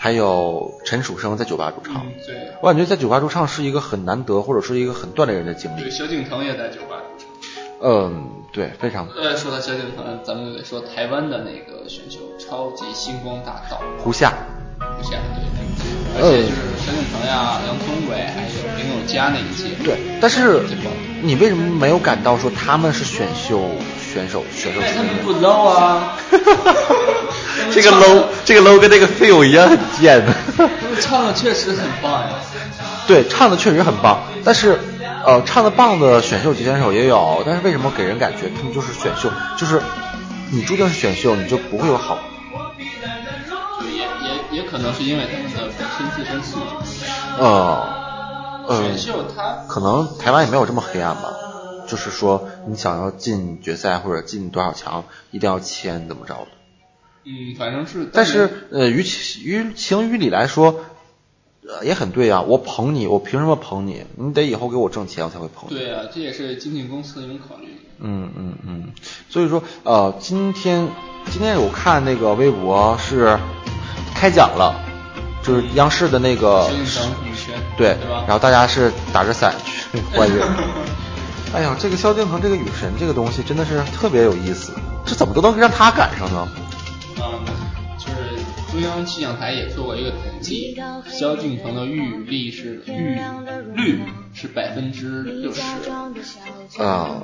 [SPEAKER 5] 还有陈楚生在酒吧驻
[SPEAKER 4] 就是
[SPEAKER 5] 唱。
[SPEAKER 4] 嗯对。
[SPEAKER 5] 我感觉在酒吧驻唱是一个很难得，或者是一个很锻炼人的经
[SPEAKER 4] 对，
[SPEAKER 5] 历。
[SPEAKER 4] 萧敬腾也在酒吧驻唱。
[SPEAKER 5] 嗯，对，非常。
[SPEAKER 4] 呃，说到萧敬腾，咱们就得说台湾的那个选秀《超级星光大道》。
[SPEAKER 5] 胡夏，
[SPEAKER 4] 不下对，而且就是沈景腾呀、啊梁宗伟还有林宥嘉那一届，
[SPEAKER 5] 对，但是
[SPEAKER 4] 这帮
[SPEAKER 5] 你为什么没有感到说他们是选秀选手选手
[SPEAKER 4] 因为哎
[SPEAKER 5] 出
[SPEAKER 4] 他们
[SPEAKER 5] 身
[SPEAKER 4] 不 low 啊，
[SPEAKER 5] 这个 low，这个 low 跟这个 feel 一样很 贱。
[SPEAKER 4] 他们唱的确实很棒呀，
[SPEAKER 5] 对，唱的确实很棒，但是，呃，唱的棒的选秀级选手也有，但是为什么给人感觉他们就是选秀，就是你注定是选秀，你就不会有好。
[SPEAKER 4] 就也也也可能是因为他们的本身呃自身素质。
[SPEAKER 5] 呃，呃，
[SPEAKER 4] 选秀它
[SPEAKER 5] 可能台湾也没有这么黑暗吧，就是说你想要进决赛或者进多少强，一定要签怎么着的。
[SPEAKER 4] 嗯，反正是，
[SPEAKER 5] 但是呃，于情于情于理来说，呃也很对啊，我捧你，我凭什么捧你？你得以后给我挣钱，我才会捧你。
[SPEAKER 4] 对啊，这也是经纪公司的一种考虑。
[SPEAKER 5] 嗯嗯嗯，所以说呃，今天今天我看那个微博是开奖了，就是央视的那个
[SPEAKER 4] 萧敬腾女权，
[SPEAKER 5] 对，
[SPEAKER 4] 对吧？
[SPEAKER 5] 然后大家是打着伞 去欢迎。哎呀，这个萧敬腾这个雨神这个东西真的是特别有意思，这怎么都能让他赶上呢？
[SPEAKER 4] 嗯，就是中央气象台也做过一个统计，萧敬腾的预力是预率是百分之六十，
[SPEAKER 5] 啊、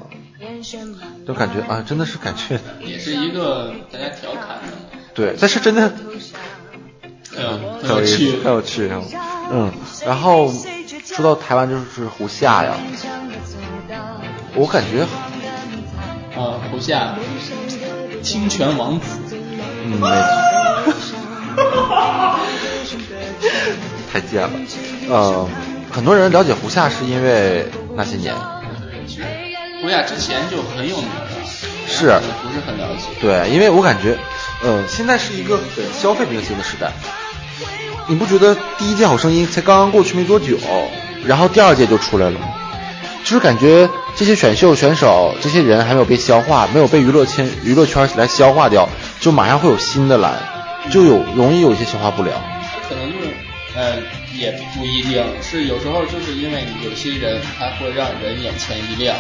[SPEAKER 5] 就感觉啊，真的是感觉
[SPEAKER 4] 也是一个大家调侃的，
[SPEAKER 5] 对，但是真的
[SPEAKER 4] 很有
[SPEAKER 5] 很有
[SPEAKER 4] 有
[SPEAKER 5] 意
[SPEAKER 4] 趣
[SPEAKER 5] 思，。很有趣，嗯。然后说到台湾就是胡夏呀，我感觉
[SPEAKER 4] 啊，胡夏，清泉王子，
[SPEAKER 5] 嗯，没 错，太贱了。呃，很多人了解胡夏是因为那些年，
[SPEAKER 4] 胡夏之前就很有名了，
[SPEAKER 5] 是
[SPEAKER 4] 然后可能不是很了解。
[SPEAKER 5] 对，因为我感觉，呃，现在是一个很消费明星的时代。你不觉得第一届好声音才刚刚过去没多久，然后第二届就出来了吗，就是感觉这些选秀选手这些人还没有被消化，没有被娱乐圈娱乐圈来消化掉，就马上会有新的来，就有容易有一些消化不良。
[SPEAKER 4] 可能就是，呃，也不一定是有时候就是因为有些人他会让人眼前一亮，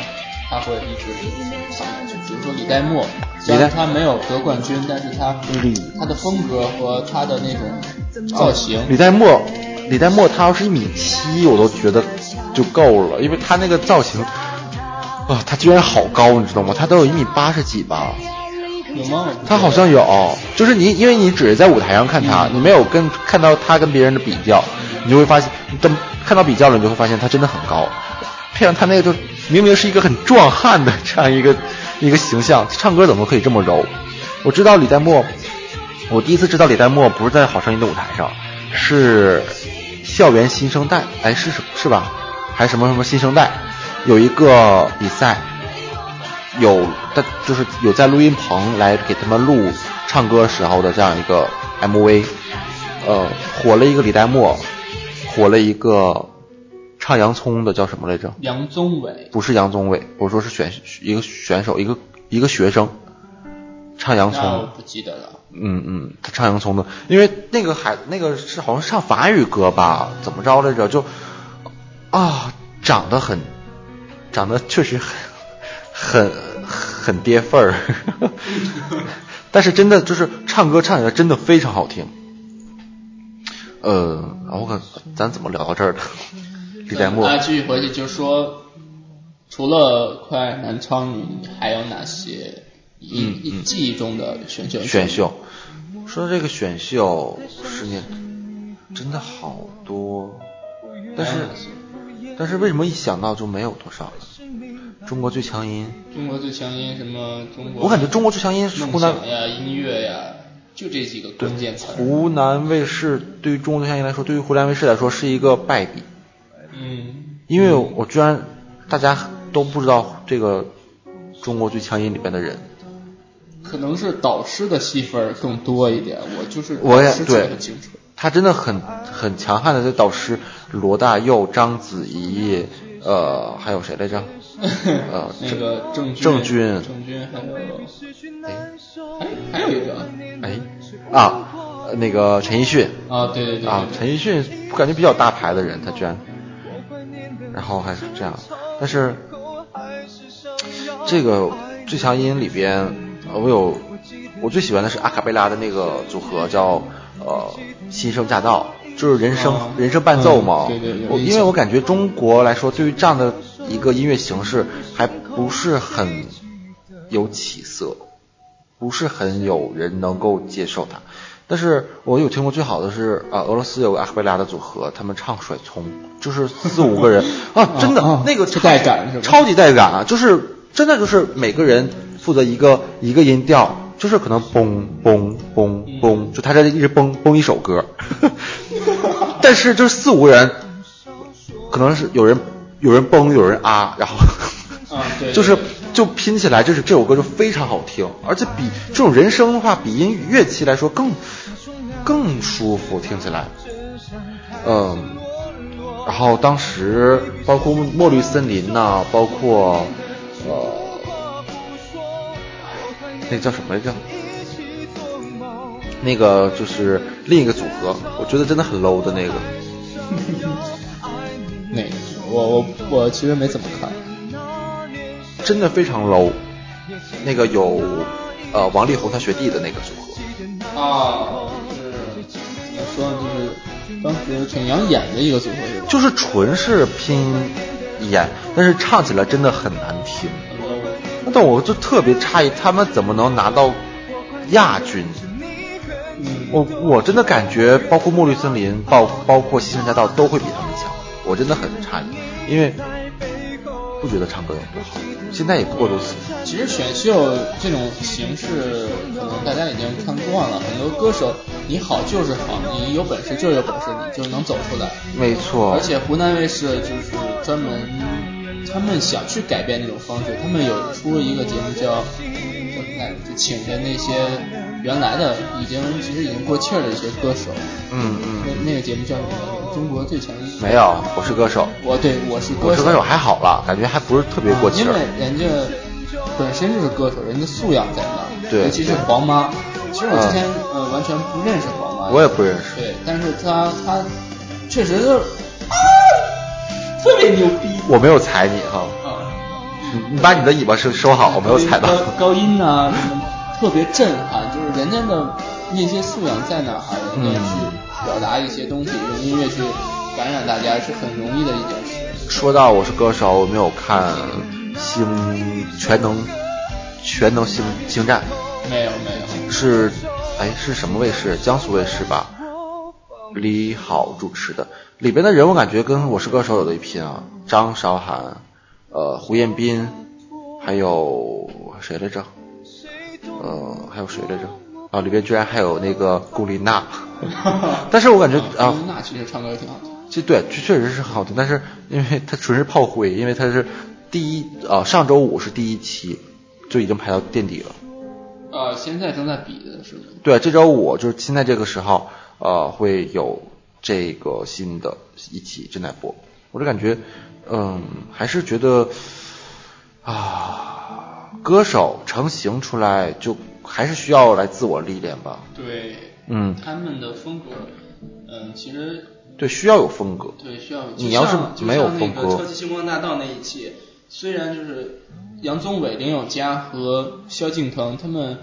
[SPEAKER 4] 他会一直放下去。比如说李代沫，虽然他没有得冠军，但是他
[SPEAKER 5] 李
[SPEAKER 4] 他的风格和他的那种造型，
[SPEAKER 5] 李代沫，李代沫他要是一米七，我都觉得就够了，因为他那个造型，啊，他居然好高，你知道吗？他都有一米八十几吧。
[SPEAKER 4] 有吗？我不知道
[SPEAKER 5] 他好像有，就是你，因为你只是在舞台上看他，你没有跟看到他跟别人的比较，你就会发现，等看到比较了，你就会发现他真的很高。配上他那个，就明明是一个很壮汉的这样一个 一个形象，唱歌怎么可以这么柔？我知道李代沫，我第一次知道李代沫不是在《好声音》的舞台上，是校园新生代，哎，是是是吧？还是什么什么新生代？有一个比赛，有他就是有在录音棚来给他们录唱歌时候的这样一个 MV，呃，火了一个李代沫，火了一个唱洋葱的叫什么来着？
[SPEAKER 4] 杨宗纬，
[SPEAKER 5] 不是杨宗纬，我说是选一个选手，一个一个学生唱洋
[SPEAKER 4] 那我
[SPEAKER 5] 葱，
[SPEAKER 4] 不记得了。
[SPEAKER 5] 嗯嗯，他唱洋葱的，因为那个孩那个是好像是唱法语歌吧，怎么着来着？就啊，长得很，长得确实很很很跌份儿，但是真的就是唱歌唱起来真的非常好听。呃，然后我看咱怎么聊到这儿的？李代沫
[SPEAKER 4] 啊，继续回去就说，除了快男超女，还有哪些一、
[SPEAKER 5] 嗯
[SPEAKER 4] 一记忆中的选秀
[SPEAKER 5] 选秀，说到这个选秀，十年真的好多，但是但是为什么一想到就没有多少了？中国最强音，
[SPEAKER 4] 中国最强音什么中国？
[SPEAKER 5] 我感觉中国最强音是
[SPEAKER 4] 梦
[SPEAKER 5] 湖南
[SPEAKER 4] 想呀、音乐呀，就这几个关键词儿。
[SPEAKER 5] 湖南卫视，对于中国最强音来说，对于湖南卫视来说是一个败笔，
[SPEAKER 4] 嗯，
[SPEAKER 5] 因为我居然大家都不知道这个中国最强音里边的人，
[SPEAKER 4] 可能是导师的戏份儿更多一点，我就是
[SPEAKER 5] 我也
[SPEAKER 4] 导师记
[SPEAKER 5] 对
[SPEAKER 4] 得很清楚。
[SPEAKER 5] 他真的很很强悍的，这导师罗大佑、章子怡，呃，还有谁来着？呃
[SPEAKER 4] 那个郑钧，
[SPEAKER 5] 郑钧
[SPEAKER 4] 郑钧还有，
[SPEAKER 5] 哎
[SPEAKER 4] 哎，还有一个
[SPEAKER 5] 哎啊，呃那个陈奕迅
[SPEAKER 4] 啊，对对对
[SPEAKER 5] 啊，
[SPEAKER 4] 对
[SPEAKER 5] 陈奕迅我感觉比较大牌的人，他居然，然后还是这样，但是这个最强音里边，呃我有我最喜欢的是阿卡贝拉的那个组合叫呃新生驾到，就是人生、
[SPEAKER 4] 啊
[SPEAKER 5] 人生伴奏嘛。
[SPEAKER 4] 嗯对对有
[SPEAKER 5] 我
[SPEAKER 4] 印
[SPEAKER 5] 因为
[SPEAKER 4] 象
[SPEAKER 5] 我感觉中国来说，对于这样的一个音乐形式还不是很有起色，不是很有人能够接受它。但是我有听过最好的是啊、俄罗斯有个阿卡贝拉的组合，他们唱《甩葱》，就是四五 个人啊，真的、
[SPEAKER 4] 啊啊
[SPEAKER 5] 那个
[SPEAKER 4] 是
[SPEAKER 5] 超
[SPEAKER 4] 带感是吧
[SPEAKER 5] 超级带感啊，就是真的就是每个人负责一个一个音调，就是可能嘣嘣嘣
[SPEAKER 4] 嗯
[SPEAKER 5] 嘣，就他这一直嘣嘣一首歌， 但是就是四五个人，可能是有人有人嘣，有人啊，然后
[SPEAKER 4] 啊，对对
[SPEAKER 5] 就是
[SPEAKER 4] 对
[SPEAKER 5] 就拼起来，就是这首歌就非常好听，而且比这种人声的话，比音乐器来说更更舒服，听起来。嗯，然后当时包括《墨绿森林》呐，包括呃，那叫什么来着？那个就是另一个组合，我觉得真的很 low 的那个。
[SPEAKER 4] 哪个？我我我其实没怎么看。
[SPEAKER 5] 真的非常 low。那个有呃王力宏他学弟的那个组合，
[SPEAKER 4] 啊，就是怎么说呢，就是当时陈阳演的一个组合乐队。
[SPEAKER 5] 就是纯是拼演，但是唱起来真的很难听。但我就特别诧异，他们怎么能拿到亚军？
[SPEAKER 4] 嗯
[SPEAKER 5] 我我真的感觉，包括《墨绿森林》，包包括《西城大道》，都会比他们强。我真的很诧异，因为不觉得唱歌有多好，现在也不过如此。
[SPEAKER 4] 其实选秀这种形式，可能大家已经看惯了。很多歌手，你好就是好，你有本事就有本事，你就能走出来。
[SPEAKER 5] 没错，
[SPEAKER 4] 而且湖南卫视就是专门，他们想去改变这种方式，他们有出一个节目叫叫什么来着？就请的那些原来的已经其实已经过气儿的一些歌手，
[SPEAKER 5] 嗯嗯，
[SPEAKER 4] 那那个节目叫什么来着？中国最强一
[SPEAKER 5] 没有，我是歌手，
[SPEAKER 4] 我对我是
[SPEAKER 5] 我
[SPEAKER 4] 歌
[SPEAKER 5] 是
[SPEAKER 4] 手，
[SPEAKER 5] 歌手还好啦，感觉还不是特别过气
[SPEAKER 4] 因
[SPEAKER 5] 儿
[SPEAKER 4] 为。人家本身就是歌手，人家素养在那儿。
[SPEAKER 5] 对
[SPEAKER 4] 尤其是黄妈，其实我之
[SPEAKER 5] 嗯
[SPEAKER 4] 前、呃完全不认识黄妈。
[SPEAKER 5] 我也不认识。
[SPEAKER 4] 对，但是她她确实是、啊、特别牛逼
[SPEAKER 5] 我没有踩你哈，
[SPEAKER 4] 啊！
[SPEAKER 5] 你你把你的尾巴收收好，我没有踩到。
[SPEAKER 4] 高高音呐、什么特别震撼，就是人家的那些素养在哪儿，人
[SPEAKER 5] 嗯
[SPEAKER 4] 家去表达一些东西，用音乐去感染大家是很容易的一件事。
[SPEAKER 5] 说到我是歌手，我没有看《星全能全能星星战
[SPEAKER 4] 没有没有。》，
[SPEAKER 5] 是哎是什么卫视？江苏卫视吧？李好主持的，里边的人我感觉跟《我是歌手》有的一拼啊，张韶涵，呃，胡彦斌，还有谁来着？呃，还有谁来着？啊，里边居然还有那个龚琳娜， 但是我感觉啊，
[SPEAKER 4] 嗯那其实唱歌也挺好听。
[SPEAKER 5] 这对确确实是很好听，但是因为它纯是炮灰，因为它是第一呃上周五是第一期就已经排到垫底了。
[SPEAKER 4] 呃，现在正在比的是吗？
[SPEAKER 5] 对，这周五就是现在这个时候，呃，会有这个新的一期正在播。我就感觉，嗯，还是觉得啊，歌手成型出来就还是需要来自我历练吧。
[SPEAKER 4] 对，
[SPEAKER 5] 嗯，
[SPEAKER 4] 他们的风格，嗯，其实
[SPEAKER 5] 对，需要有风格。
[SPEAKER 4] 对需要。
[SPEAKER 5] 你要是没有
[SPEAKER 4] 就
[SPEAKER 5] 风
[SPEAKER 4] 像那
[SPEAKER 5] 格
[SPEAKER 4] 个超级星光大道那一期，虽然就是杨宗纬、林宥嘉和萧敬腾他们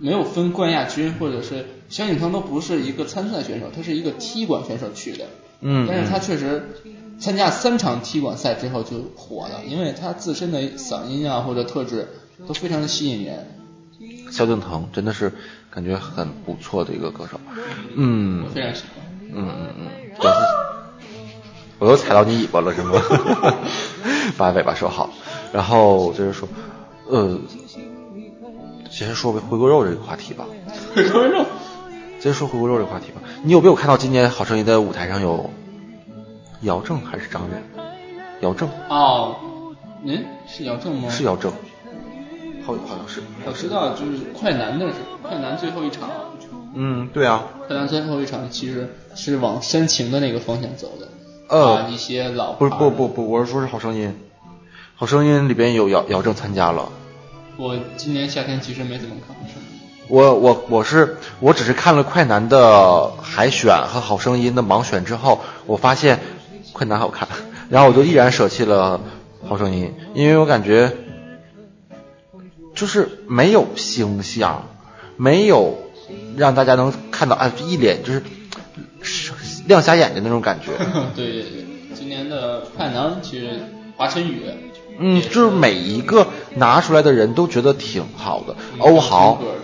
[SPEAKER 4] 没有分冠亚军，或者是萧敬腾都不是一个参赛选手，他是一个踢馆选手去的。
[SPEAKER 5] 嗯
[SPEAKER 4] 但是他确实参加三场踢馆赛之后就火了，因为他自身的嗓音啊或者特质都非常的吸引人。
[SPEAKER 5] 萧敬腾真的是感觉很不错的一个歌手。嗯
[SPEAKER 4] 我非常喜欢。
[SPEAKER 5] 嗯嗯嗯，对我又踩到你尾巴了是吗？ 把尾巴收好，然后就是说，呃，先说回回锅肉这个话题吧，
[SPEAKER 4] 回锅肉，
[SPEAKER 5] 先说回锅肉这个话题吧。你有没有看到今年《好声音》的舞台上有姚正还是张远？姚正
[SPEAKER 4] 哦，嗯，是姚正吗？
[SPEAKER 5] 是姚正，好好像是。
[SPEAKER 4] 我知道，就是快男的是快男最后一场，
[SPEAKER 5] 嗯，对啊，
[SPEAKER 4] 快男最后一场其实是往煽情的那个方向走的，
[SPEAKER 5] 呃
[SPEAKER 4] 啊把一些老
[SPEAKER 5] 不是
[SPEAKER 4] 牌
[SPEAKER 5] 不不不，我是说是《好声音》，《好声音》里边有姚姚正参加了。
[SPEAKER 4] 我今年夏天其实没怎么看过什么，
[SPEAKER 5] 我我我是我只是看了快男的海选和好声音的盲选之后，我发现快男好看，然后我就毅然舍弃了好声音，因为我感觉就是没有形象，没有让大家能看到啊一脸就是是亮瞎眼的那种感觉。
[SPEAKER 4] 对对对，今年的快男其实华晨宇，
[SPEAKER 5] 嗯，就是每一个拿出来的人都觉得挺哦好的，欧豪
[SPEAKER 4] 风格的，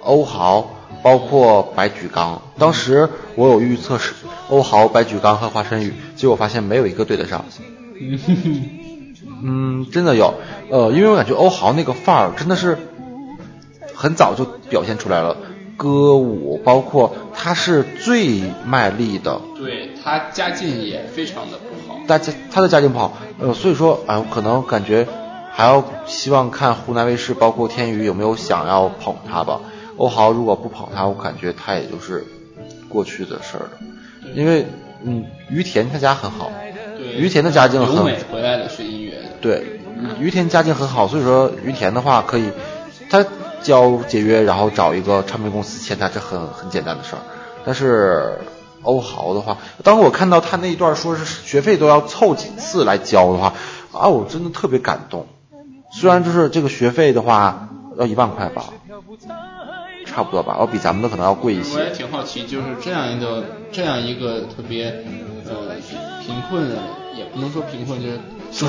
[SPEAKER 5] 欧豪，包括白举纲。当时我有预测是欧豪、白举纲和华晨宇，结果发现没有一个对得上。
[SPEAKER 4] 嗯哼哼
[SPEAKER 5] 嗯，真的有，呃，因为我感觉欧豪那个范儿真的是很早就表现出来了，歌舞包括他是最卖力的，
[SPEAKER 4] 对他家境也非常的不好，
[SPEAKER 5] 大家他的家境不好，呃，所以说哎、我可能感觉还要希望看湖南卫视，包括天娱有没有想要捧哦他吧。欧豪如果不捧他，我感觉他也就是过去的事儿了。
[SPEAKER 4] 对
[SPEAKER 5] 因为嗯，于田他家很好，
[SPEAKER 4] 对，
[SPEAKER 5] 于田的家境很
[SPEAKER 4] 由美回来的是音乐的，
[SPEAKER 5] 对，于田家境很好，所以说于田的话可以，他交解约，然后找一个唱片公司签他，这很很简单的事儿。但是欧豪的话，当我看到他那一段说是学费都要凑几次来交的话，啊，我真的特别感动。虽然就是这个学费的话要一万块吧，差不多吧，哦要比咱们的可能要贵一
[SPEAKER 4] 我也
[SPEAKER 5] 些。
[SPEAKER 4] 挺好奇，就是这样一个这样一个特别呃贫困的，也不能说贫困，就是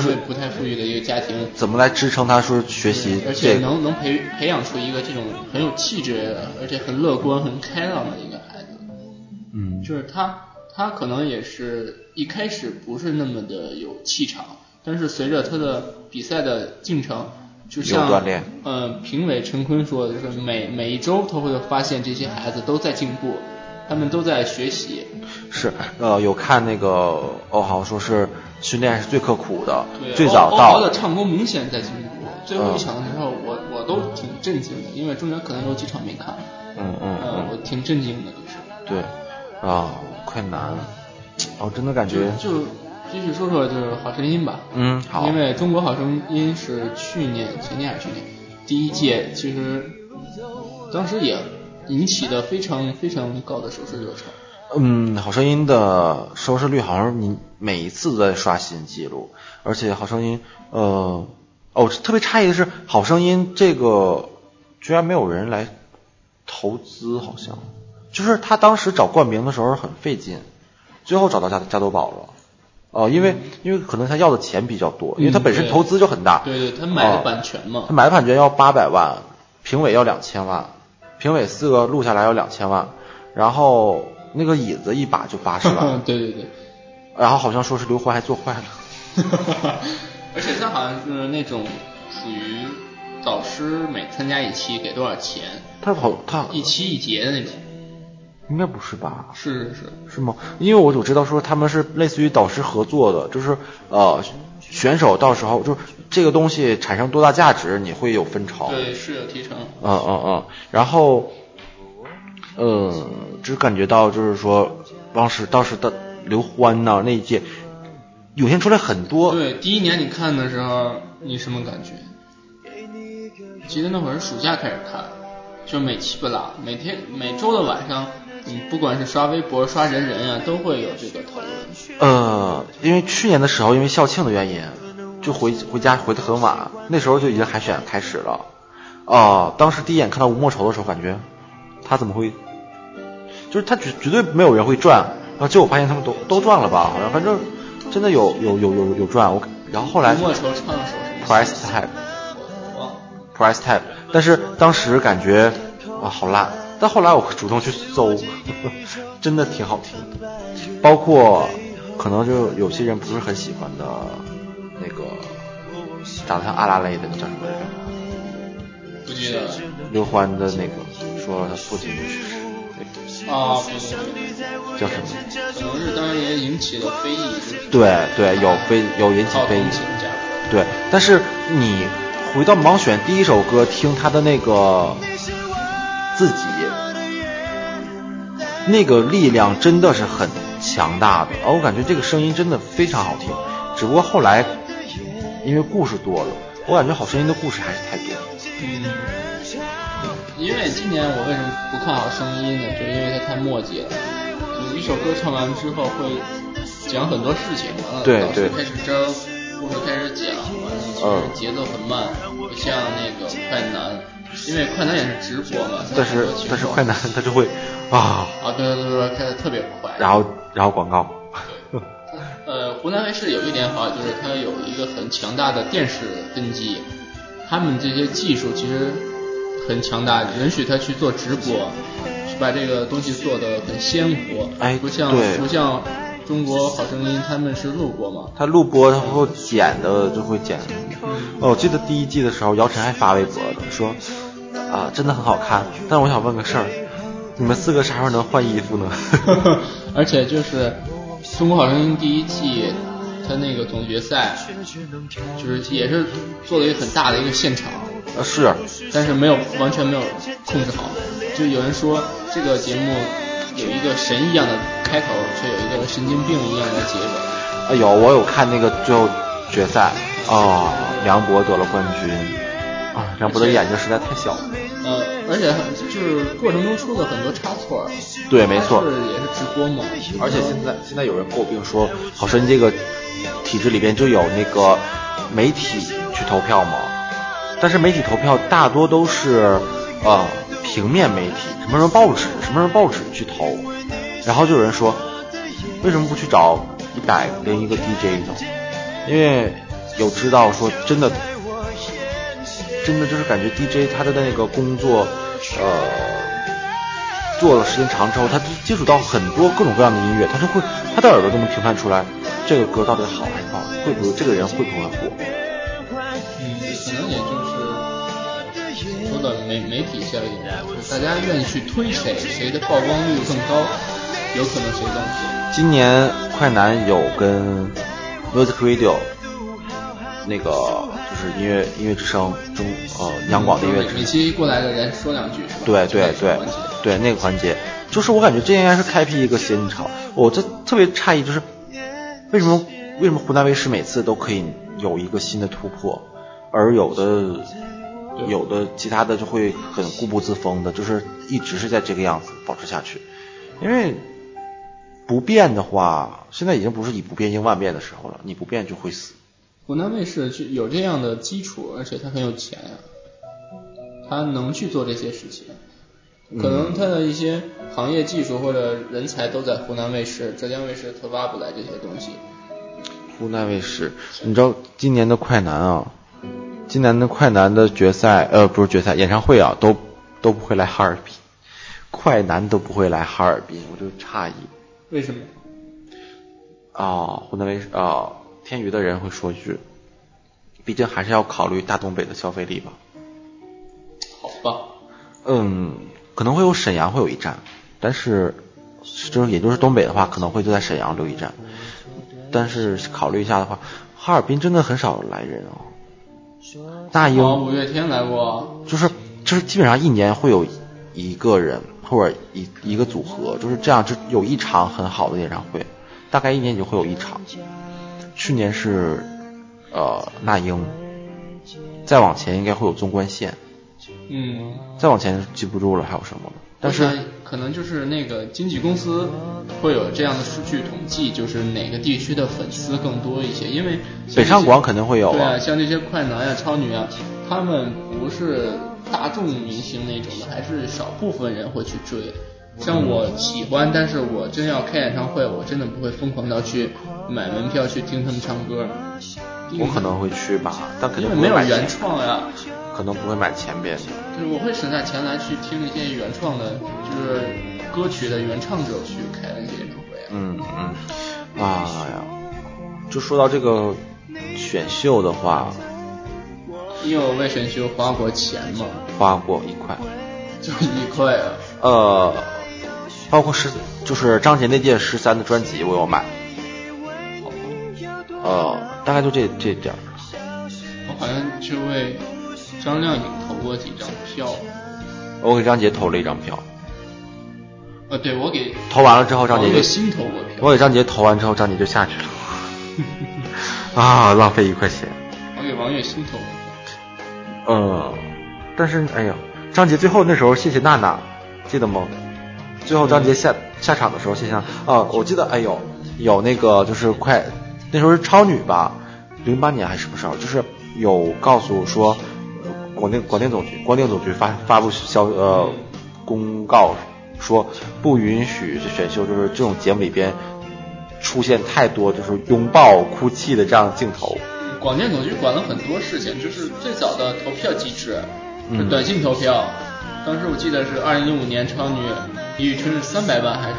[SPEAKER 4] 社会不太富裕的一个家庭，
[SPEAKER 5] 怎么来支撑他说学习
[SPEAKER 4] 而且
[SPEAKER 5] 这个？
[SPEAKER 4] 能能培培养出一个这种很有气质，而且很乐观、很开朗的一个孩子。
[SPEAKER 5] 嗯，
[SPEAKER 4] 就是他，他可能也是一开始不是那么的有气场，但是随着他的比赛的进程，就像
[SPEAKER 5] 有锻炼
[SPEAKER 4] 呃，评委陈坤说的，就是每每一周他会发现这些孩子都在进步，他们都在学习。
[SPEAKER 5] 是，呃，有看那个欧豪说是训练是最刻苦的，
[SPEAKER 4] 对哦
[SPEAKER 5] 最早
[SPEAKER 4] 欧欧豪
[SPEAKER 5] 到嗯
[SPEAKER 4] 的唱功明显在进步。最后一场的时候，我我都挺震惊的，因为中间可能有几场没看，
[SPEAKER 5] 嗯嗯
[SPEAKER 4] 呃，我
[SPEAKER 5] 嗯，
[SPEAKER 4] 挺震惊的，就是。
[SPEAKER 5] 对，啊，快难，我真的感
[SPEAKER 4] 就
[SPEAKER 5] 觉，
[SPEAKER 4] 就继续说说就是好声音吧。
[SPEAKER 5] 嗯好
[SPEAKER 4] 因为中国好声音是去年、前年还是去年第一届，其实当时也引起了非常非常高的收视热潮。
[SPEAKER 5] 嗯，好声音的收视率好像你每一次都在刷新记录，而且好声音，呃，哦，特别诧异的是，好声音这个居然没有人来投资，好像就是他当时找冠名的时候很费劲，最后找到加加多宝了。哦，因为因为可能他要的钱比较多，因为他本身
[SPEAKER 4] 嗯对
[SPEAKER 5] 投资就很大，
[SPEAKER 4] 对对，他买的
[SPEAKER 5] 哦
[SPEAKER 4] 版权嘛
[SPEAKER 5] 他。买版权要八百万，评委要两千万，评委四个录下来要两千万，然后那个椅子一把就八十万，
[SPEAKER 4] 对对对。
[SPEAKER 5] 然后好像说是刘欢还做坏了，
[SPEAKER 4] 而且他好像是那种属于导师每参加一期给多少钱，
[SPEAKER 5] 他好他
[SPEAKER 4] 一期一节的那种。
[SPEAKER 5] 应该不是吧？
[SPEAKER 4] 是是是。
[SPEAKER 5] 是吗？因为我我知道说他们是类似于导师合作的，就是呃选手到时候就是这个东西产生多大价值，你会有分成。
[SPEAKER 4] 对，是有提成。
[SPEAKER 5] 嗯嗯嗯，然后，呃，只感觉到就是说，当时当时的刘欢呐、那一届，涌现出来很多，
[SPEAKER 4] 哦对，第一年你看的时候，你什么感觉？记得那会儿暑假开始看，就每期不落，每天每周的晚上，你不管是刷微博、刷人人啊，都会有这个讨论。
[SPEAKER 5] 呃，因为去年的时候因为校庆的原因，就回回家回的很晚，那时候就已经海选开始了，啊、当时第一眼看到吴莫愁的时候，感觉他怎么会，就是他绝绝对没有人会赚，然后结果发现他们都都赚了吧，好像反正真的有有有有有赚，我然后后来
[SPEAKER 4] 吴莫愁唱了首什么
[SPEAKER 5] price tag。
[SPEAKER 4] 忘了
[SPEAKER 5] price tag，但是当时感觉哇好烂，但后来我主动去搜， 真的挺好听的，包括可能就有些人不是很喜欢的那个长得像阿拉蕾的那叫什么来着？
[SPEAKER 4] 不记得了。
[SPEAKER 5] 刘欢的那个说他父亲去世，
[SPEAKER 4] 啊，不记得了，
[SPEAKER 5] 叫什么？
[SPEAKER 4] 可能是当时也引起了非议，就是
[SPEAKER 5] 对对，有非有引起
[SPEAKER 4] 靠
[SPEAKER 5] 非议
[SPEAKER 4] 同。情价格。
[SPEAKER 5] 对，但是你回到盲选第一首歌，听他的那个自己，那个力量真的是很强大的，哦而我感觉这个声音真的非常好听。只不过后来因为故事多了，我感觉好声音的故事还是太多了。
[SPEAKER 4] 嗯，因为今年我为什么不看好声音呢？就是因为它太墨迹了。就是一首歌唱完之后会讲很多事情，完了
[SPEAKER 5] 对
[SPEAKER 4] 老师
[SPEAKER 5] 对
[SPEAKER 4] 开始争，故事开始讲，完了其
[SPEAKER 5] 嗯
[SPEAKER 4] 实节奏很慢，不像那个快男，因为快男也是直播嘛。它
[SPEAKER 5] 但
[SPEAKER 4] 很
[SPEAKER 5] 是
[SPEAKER 4] 多情
[SPEAKER 5] 但是
[SPEAKER 4] 况
[SPEAKER 5] 快男他就会啊，
[SPEAKER 4] 啊，对对对对，开的特别快。
[SPEAKER 5] 然后然后广告，
[SPEAKER 4] 呃，湖南卫视有一点好，就是它有一个很强大的电视根基，他们这些技术其实很强大，允许他去做直播，去把这个东西做得很鲜活。
[SPEAKER 5] 哎
[SPEAKER 4] 不像
[SPEAKER 5] 对
[SPEAKER 4] 不像中国好声音，他们是录播嘛。
[SPEAKER 5] 他录播然后剪的就会剪。哦，我记得第一季的时候，姚晨还发微博呢，说啊、真的很好看，但是我想问个事儿，你们四个啥时候能换衣服呢？
[SPEAKER 4] 而且就是《中国好声音》第一季，它那个总决赛，就是也是做了一个很大的一个现场，
[SPEAKER 5] 呃是，
[SPEAKER 4] 但是没有完全没有控制好，就有人说这个节目有一个神一样的开开口却有一个神经病一样的结果。
[SPEAKER 5] 哎呦，我有看那个最后决赛，哦，梁博得了冠军，啊，梁博的眼睛实在太小了。
[SPEAKER 4] 呃，而且很就是过程中出了很多差错。
[SPEAKER 5] 对没错
[SPEAKER 4] 他是也是直播嘛。
[SPEAKER 5] 而且现在现在有人诟病说，好像这个体制里边就有那个媒体去投票嘛，但是媒体投票大多都是呃平面媒体，什么什么报纸，什么什么报纸去投，然后就有人说，为什么不去找一百零一个 DJ 呢？因为有知道说真的真的就是感觉 DJ 他的那个工作，呃，做的时间长之后，他接触到很多各种各样的音乐，他就会他的耳朵都能评判出来这个歌到底好还是不好，会不会这个人会不会火。
[SPEAKER 4] 嗯，可能也就是呃说的媒媒体效应吧，就是大家愿意去推谁，谁的曝光率更高，有可能谁更火。
[SPEAKER 5] 今年快男有跟 Music Radio 那个就是音乐音乐之声中呃央广的音乐之
[SPEAKER 4] 每
[SPEAKER 5] 声。
[SPEAKER 4] 期过来的人说两句是吧？
[SPEAKER 5] 对对对对，那个环节，就是我感觉这应该是开辟一个新潮。我这特别诧异，就是为什么为什么湖南卫视每次都可以有一个新的突破，而有的有的其他的就会很固步自封的，就是一直是在这个样子保持下去。因为不变的话，现在已经不是以不变应万变的时候了，你不变就会死。
[SPEAKER 4] 湖南卫视就有这样的基础，而且他很有钱啊，他能去做这些事情。可能他的一些行业技术或者人才都在湖南卫视、浙江卫视，他挖不来这些东西。
[SPEAKER 5] 湖南卫视，你知道今年的快男啊，今年的快男的决赛，呃，不是决赛，演唱会啊，都都不会来哈尔滨，快男都不会来哈尔滨，我就诧异
[SPEAKER 4] 为什么？
[SPEAKER 5] 啊、湖南卫视啊、天娱的人会说一句，毕竟还是要考虑大东北的消费力吧。
[SPEAKER 4] 好吧，
[SPEAKER 5] 嗯，可能会有沈阳会有一站，但是就是也就是东北的话，可能会就在沈阳留一站，但是考虑一下的话，哈尔滨真的很少来人哦。大英、
[SPEAKER 4] 哦，五月天来过，
[SPEAKER 5] 就是就是基本上一年会有一个人或者一一个组合，就是这样，就有一场很好的演唱会，大概一年也就会有一场。去年是呃那英，再往前应该会有纵贯线，
[SPEAKER 4] 嗯，
[SPEAKER 5] 再往前记不住了还有什么了。但
[SPEAKER 4] 我
[SPEAKER 5] 是
[SPEAKER 4] 想可能就是那个经纪公司会有这样的数据统计，就是哪个地区的粉丝更多一些，因为像这些
[SPEAKER 5] 北上广肯定会有
[SPEAKER 4] 对
[SPEAKER 5] 啊
[SPEAKER 4] 啊，，像这些快男呀、超女啊，他们不是大众明星那种的，还是少部分人会去追。像我喜欢，但是我真要开演唱会，我真的不会疯狂到去买门票去听他们唱歌。
[SPEAKER 5] 我可能会去吧，但
[SPEAKER 4] 因
[SPEAKER 5] 肯定
[SPEAKER 4] 为
[SPEAKER 5] 不
[SPEAKER 4] 没
[SPEAKER 5] 会
[SPEAKER 4] 有
[SPEAKER 5] 买
[SPEAKER 4] 原
[SPEAKER 5] 前，
[SPEAKER 4] 创啊呀、
[SPEAKER 5] 可能不会买前边的。
[SPEAKER 4] 就是我会省下钱来去听一些原创的，就是歌曲的原唱者去开那些演唱会啊。
[SPEAKER 5] 嗯，嗯，啊呀，就说到这个选秀的话，
[SPEAKER 4] 你有为选秀花过钱吗？
[SPEAKER 5] 花过一块，
[SPEAKER 4] 就一块啊。
[SPEAKER 5] 呃，包括十就是张杰那届十三的专辑我有买，呃，大概就这这点儿。
[SPEAKER 4] 我好像就为张靓颖投过几张票。
[SPEAKER 5] 我给张杰投了一张票，
[SPEAKER 4] 呃，对，我给
[SPEAKER 5] 投完了之后张杰
[SPEAKER 4] 我给
[SPEAKER 5] 就，
[SPEAKER 4] 哦新投过票。
[SPEAKER 5] 我给张杰投完之后张杰就下去了， 啊，浪费一块钱。
[SPEAKER 4] 我给王栎鑫投过票。
[SPEAKER 5] 嗯，但是哎呀，张杰最后那时候谢谢娜娜，记得吗？最后张杰下、下场的时候，谢谢娜娜啊，我记得哎呦，有那个就是快那时候是超女吧，零八年还是不是？就是有告诉说，呃广电广电总局广电总局发发布消呃公告说不允许这选秀就是这种节目里边出现太多就是拥抱哭泣的这样的镜头。
[SPEAKER 4] 广电总局管了很多事情，就是最早的投票机制，是
[SPEAKER 5] 嗯
[SPEAKER 4] 短信投票。当时我记得是二零零五年超女李宇春是三百万还是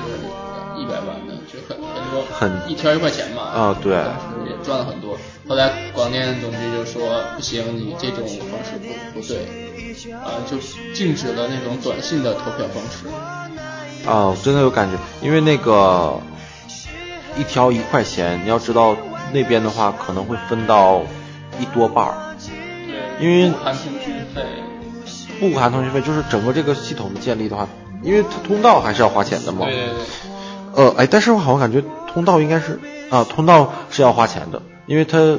[SPEAKER 4] 一百万的，就很很多，
[SPEAKER 5] 很
[SPEAKER 4] 一条一块钱嘛。
[SPEAKER 5] 啊对
[SPEAKER 4] 当时也赚了很多。后来广电总局就说不行，你这种方式不不对，啊、就禁止了那种短信的投票方式。
[SPEAKER 5] 啊，真的有感觉，因为那个一条一块钱，你要知道那边的话可能会分到一多半儿，
[SPEAKER 4] 对
[SPEAKER 5] 因为
[SPEAKER 4] 不含通讯费。
[SPEAKER 5] 不含通讯费，就是整个这个系统的建立的话，因为它通道还是要花钱的嘛。
[SPEAKER 4] 对对对。
[SPEAKER 5] 呃，哎，但是我好像感觉通道应该是啊，通道是要花钱的，因为它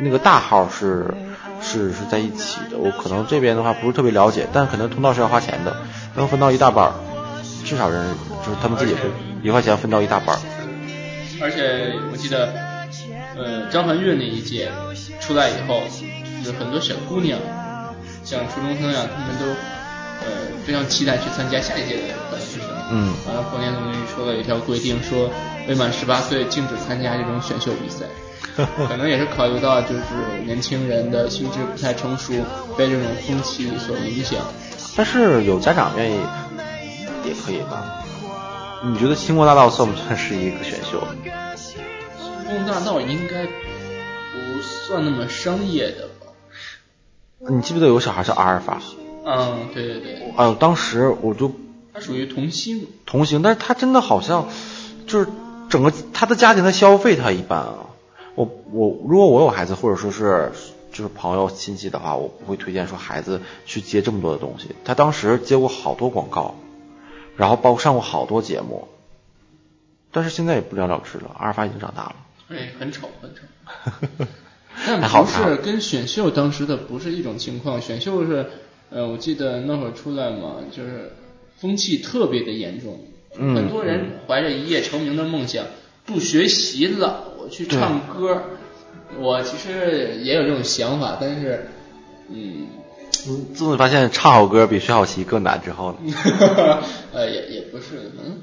[SPEAKER 5] 那个大号是是是在一起的。我可能这边的话不是特别了解，但可能通道是要花钱的，能分到一大半儿，至少人就是他们自己分一块钱分到一大半儿。
[SPEAKER 4] 而且我记得，呃，张含韵那一届出来以后，就是很多小姑娘，像初中生呀、她们都呃非常期待去参加下一届的本选。
[SPEAKER 5] 嗯
[SPEAKER 4] 完了，国年总局出了一条规定，说未满十八岁禁止参加这种选秀比赛。可能也是考虑到就是年轻人的心智不太成熟，被这种风气所影响。
[SPEAKER 5] 但是有家长愿意也可以吧？你觉得星光大道算不算是一个选秀？
[SPEAKER 4] 梦大道应该不算那么商业的吧？
[SPEAKER 5] 你记不记得有个小孩叫阿尔法？
[SPEAKER 4] 嗯，对对对，
[SPEAKER 5] 哎呦，当时我就
[SPEAKER 4] 它属于童星。
[SPEAKER 5] 同行，但是他真的好像就是整个他的家庭的消费他一般啊。我我如果我有孩子或者说是就是朋友亲戚的话，我不会推荐说孩子去接这么多的东西。他当时接过好多广告，然后包括上过好多节目，但是现在也不了了之了。阿尔法已经长大了。
[SPEAKER 4] 哎，很丑，很丑。 但
[SPEAKER 5] 还好啊
[SPEAKER 4] 不
[SPEAKER 5] 看
[SPEAKER 4] 是跟选秀当时的不是一种情况，选秀是，呃，我记得那会儿出来嘛，就是风气特别的严重，
[SPEAKER 5] 嗯
[SPEAKER 4] 很多人怀着一夜成名的梦想，不学习了，我去唱歌。我其实也有这种想法，但是，嗯，
[SPEAKER 5] 嗯自从你发现唱好歌比学好棋更难之后呢，
[SPEAKER 4] 呃，也也不是，可能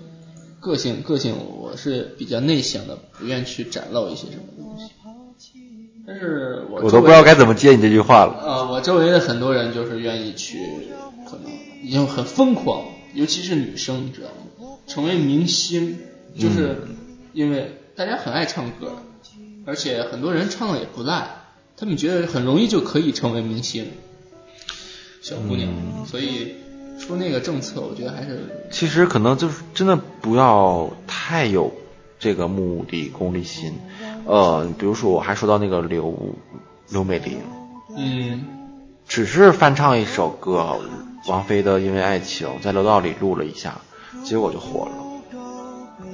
[SPEAKER 4] 个性个性我是比较内向的，不愿去展露一些什么东西。但是我
[SPEAKER 5] 我都
[SPEAKER 4] 周围
[SPEAKER 5] 不知道该怎么接你这句话了。
[SPEAKER 4] 呃，我周围的很多人就是愿意去，可能已经很疯狂，尤其是女生，你知道吗？成为明星，就是因为大家很爱唱歌，而且很多人唱的也不赖，他们觉得很容易就可以成为明星，小姑娘，所以出那个政策，我觉得还是
[SPEAKER 5] 其实可能就是真的不要太有这个目的功利心。呃，比如说我还说到那个刘刘美玲，
[SPEAKER 4] 嗯，
[SPEAKER 5] 只是翻唱一首歌，王菲的《因为爱情》在楼道里录了一下，结果就火了。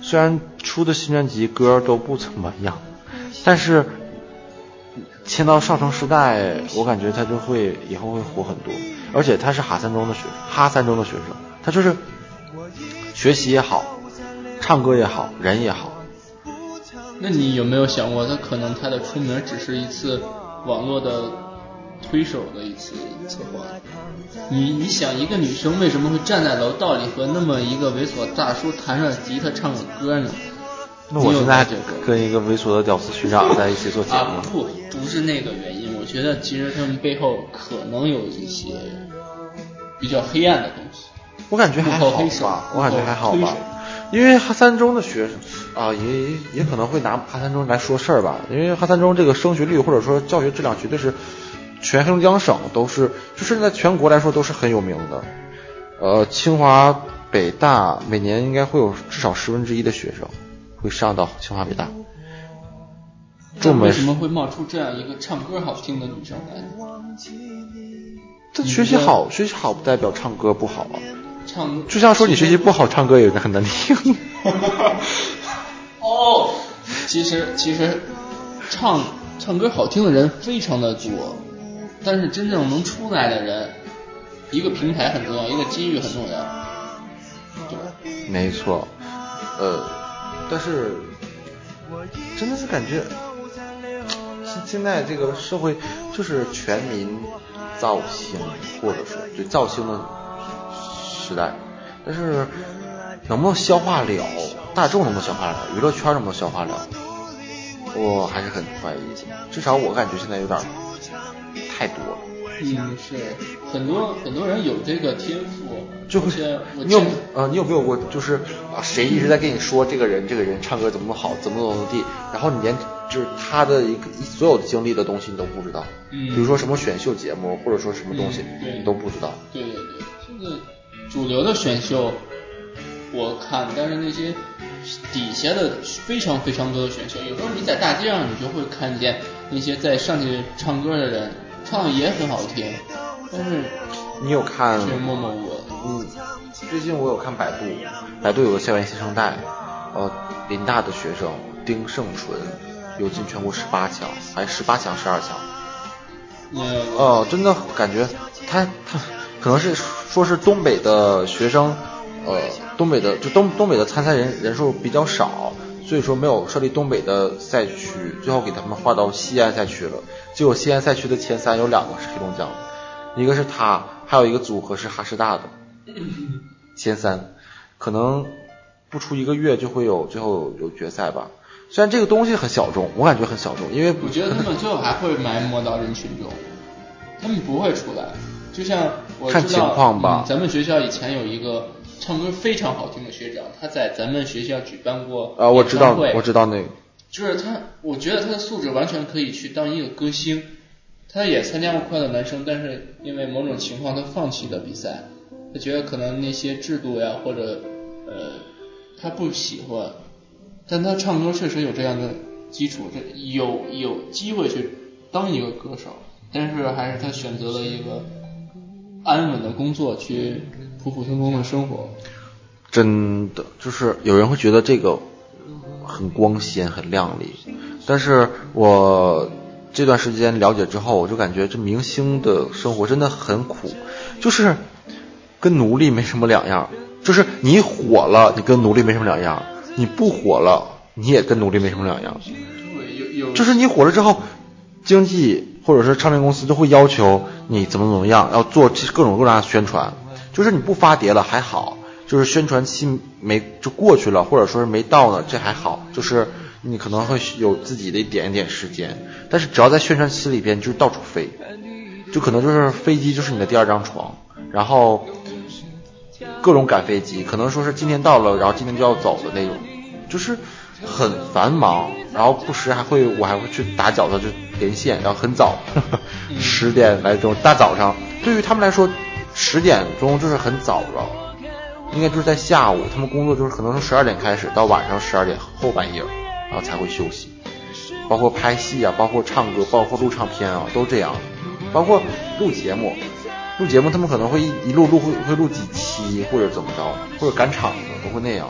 [SPEAKER 5] 虽然出的新专辑歌都不怎么样，但是签到少城时代，我感觉他就会以后会火很多。而且他是哈三中的学哈三中的学生，他就是学习也好，唱歌也好，人也好，
[SPEAKER 4] 那你有没有想过，他可能他的出名只是一次网络的推手的一次策划？你你想，一个女生为什么会站在楼道里和那么一个猥琐大叔弹着吉他唱着歌呢？
[SPEAKER 5] 那我
[SPEAKER 4] 你有
[SPEAKER 5] 现在还
[SPEAKER 4] 了解过
[SPEAKER 5] 跟一个猥琐的屌丝学长在一起做节
[SPEAKER 4] 啊，
[SPEAKER 5] 目，
[SPEAKER 4] 不，不是那个原因。我觉得其实他们背后可能有一些比较黑暗的东西。
[SPEAKER 5] 我感觉还好
[SPEAKER 4] 幕后黑手
[SPEAKER 5] 吧，我感觉还好
[SPEAKER 4] 幕
[SPEAKER 5] 吧
[SPEAKER 4] 后黑手，
[SPEAKER 5] 因为哈三中的学生啊，也也可能会拿哈三中来说事儿吧，因为哈三中这个升学率或者说教学质量绝对是全黑龙江省都是，就甚至在全国来说都是很有名的。呃，清华、北大每年应该会有至少十分之一的学生会上到清华、北大。这
[SPEAKER 4] 那
[SPEAKER 5] 么
[SPEAKER 4] 为什么会冒出这样一个唱歌好听的女生来呢？
[SPEAKER 5] 这学习好，学习好不代表唱歌不好啊。
[SPEAKER 4] 唱
[SPEAKER 5] 就像说你学习不好，唱歌也很难听。
[SPEAKER 4] 哦，其实其实唱唱歌好听的人非常的多，但是真正能出来的人，一个平台很重要，一个机遇很重要，对吧？
[SPEAKER 5] 没错，呃，但是真的是感觉现现在这个社会就是全民造星，或者说对造星的时代，但是能不能消化了，大众能不能消化了，娱乐圈能不能消化了，我还是很怀疑的。至少我感觉现在有点太多了。
[SPEAKER 4] 嗯，是很多很多人有这个天赋，
[SPEAKER 5] 就
[SPEAKER 4] 而
[SPEAKER 5] 会
[SPEAKER 4] 且我
[SPEAKER 5] 你有
[SPEAKER 4] 见
[SPEAKER 5] 呃，你有没有过就是啊，谁一直在跟你说这个人这个人唱歌怎么好，怎么怎么地，然后你连就是他的一个所有经历的东西你都不知道，
[SPEAKER 4] 嗯
[SPEAKER 5] 比如说什么选秀节目或者说什么东西、
[SPEAKER 4] 嗯对
[SPEAKER 5] 你都不知道，
[SPEAKER 4] 对对对，现在主流的选秀我看，但是那些底下的非常非常多的选秀，有时候你在大街上你就会看见那些在上去唱歌的人，唱的也很好听，但是
[SPEAKER 5] 你有看
[SPEAKER 4] 却默默无闻。
[SPEAKER 5] 嗯最近我有看百度，百度有个校园新生代，呃，林大的学生丁胜纯有进全国十八强，还十八强、十二强。
[SPEAKER 4] 嗯，
[SPEAKER 5] 哦、真的感觉他他可能是说是东北的学生，呃，东北的就东东北的参赛人人数比较少，所以说没有设立东北的赛区，最后给他们划到西安赛区了。结果西安赛区的前三有两个是黑龙江的，一个是他，还有一个组合是哈师大的前三，可能不出一个月就会有最后有决赛吧。虽然这个东西很小众，我感觉很小众，因为
[SPEAKER 4] 我觉得他们最后还会埋没到人群中，他们不会出来。就像我知道
[SPEAKER 5] 看情况吧
[SPEAKER 4] 嗯咱们学校以前有一个唱歌非常好听的学长，他在咱们学校举办过
[SPEAKER 5] 啊、我知道
[SPEAKER 4] 演唱会
[SPEAKER 5] 我知道那个，
[SPEAKER 4] 就是他，我觉得他的素质完全可以去当一个歌星。他也参加过《快乐男声》，但是因为某种情况，他放弃了比赛。他觉得可能那些制度呀，或者呃，他不喜欢。但他唱歌确实有这样的基础，这有有机会去当一个歌手，但是还是他选择了一个安稳的工作，去普普通通的生活。
[SPEAKER 5] 真的就是有人会觉得这个很光鲜、很亮丽，但是我这段时间了解之后，我就感觉这明星的生活真的很苦，就是跟奴隶没什么两样，就是你火了，你跟奴隶没什么两样；你不火了，你也跟奴隶没什么两样。
[SPEAKER 4] 对，有有
[SPEAKER 5] 就是你火了之后，经济或者是唱片公司就会要求你怎么怎么样，要做各种各样的宣传。就是你不发碟了还好，就是宣传期没就过去了，或者说是没到呢，这还好。就是你可能会有自己的一点一点时间，但是只要在宣传期里边，就是到处飞，就可能就是飞机就是你的第二张床，然后各种赶飞机，可能说是今天到了，然后今天就要走的那种，就是很繁忙，然后不时还会我还会去打搅他，就连线，然后很早，十点来钟，大早上，对于他们来说，十点钟就是很早了，应该就是在下午，他们工作就是可能从十二点开始到晚上十二点后半夜，然后才会休息，包括拍戏啊，包括唱歌，包括录唱片啊，都这样，包括录节目，录节目他们可能会一一路录会会录几期或者怎么着，或者赶场子都会那样，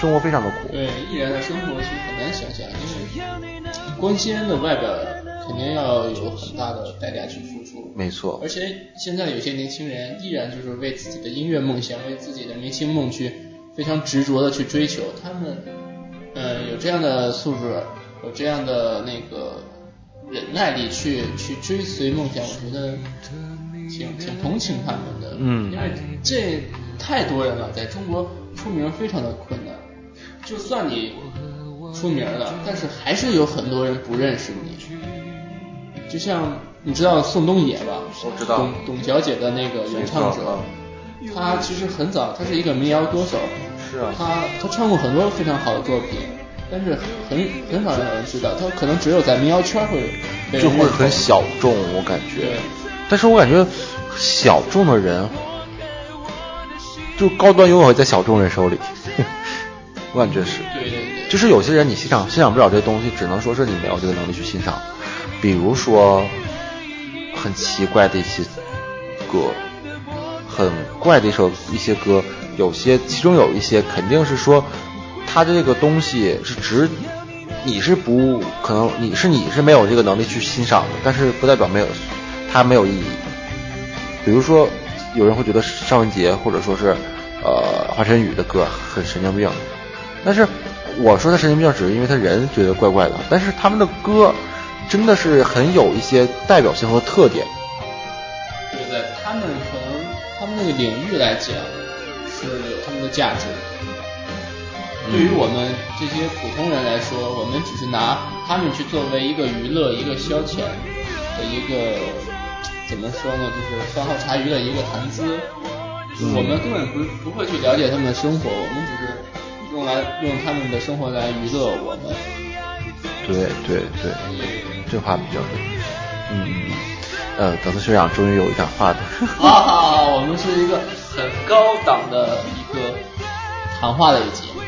[SPEAKER 5] 生活非常的苦。
[SPEAKER 4] 对艺人的生活其实很难想象，因为光鲜的外表肯定要有很大的代价去付出。
[SPEAKER 5] 没错
[SPEAKER 4] 而，且现在有些年轻人依然就是为自己的音乐梦想、为自己的明星梦去非常执着的去追求。他们，嗯，有这样的素质，有这样的那个忍耐力去去追随梦想，我觉得挺挺同情他们的。
[SPEAKER 5] 嗯
[SPEAKER 4] 因为这太多人了，在中国出名非常的困难。就算你出名了，但是还是有很多人不认识你。就像你知道宋冬野吧？
[SPEAKER 5] 我知道
[SPEAKER 4] 董董小姐的那个原唱
[SPEAKER 5] 没
[SPEAKER 4] 者
[SPEAKER 5] 错，
[SPEAKER 4] 她其实很早，她是一个民谣歌手。
[SPEAKER 5] 啊是啊
[SPEAKER 4] 她她唱过很多非常好的作品，但是很很少有人知道，她可能只有在民谣圈会被人
[SPEAKER 5] 就会
[SPEAKER 4] 认可
[SPEAKER 5] 很小众，我感觉
[SPEAKER 4] 对。
[SPEAKER 5] 但是我感觉小众的人，就高端永远会在小众人手里， 我感觉是。
[SPEAKER 4] 对对对，
[SPEAKER 5] 就是有些人你欣赏欣赏不了这东西，只能说是你没有这个能力去欣赏。比如说，很奇怪的一些歌，很怪的一首一些歌，有些其中有一些肯定是说，它这个东西是值，你是不可能你是你是没有这个能力去欣赏的，但是不代表没有它没有意义。比如说，有人会觉得尚雯婕或者说是呃华晨宇的歌很神经病，但是我说他神经病只是因为他人觉得怪怪的，但是他们的歌真的是很有一些代表性和特点。
[SPEAKER 4] 对对，他们可能他们那个领域来讲是有他们的价值。对于我们这些普通人来说，我们只是拿他们去作为一个娱乐、一个消遣的一个怎么说呢，就是饭后茶余的一个谈资。我们根本不不会去了解他们的生活，我们只是用来用他们的生活来娱乐我们。
[SPEAKER 5] 对对对，这话比较对。嗯嗯，呃，德子学长终于有一点话的。
[SPEAKER 4] 啊，我们是一个很高档的一个谈话的一节目。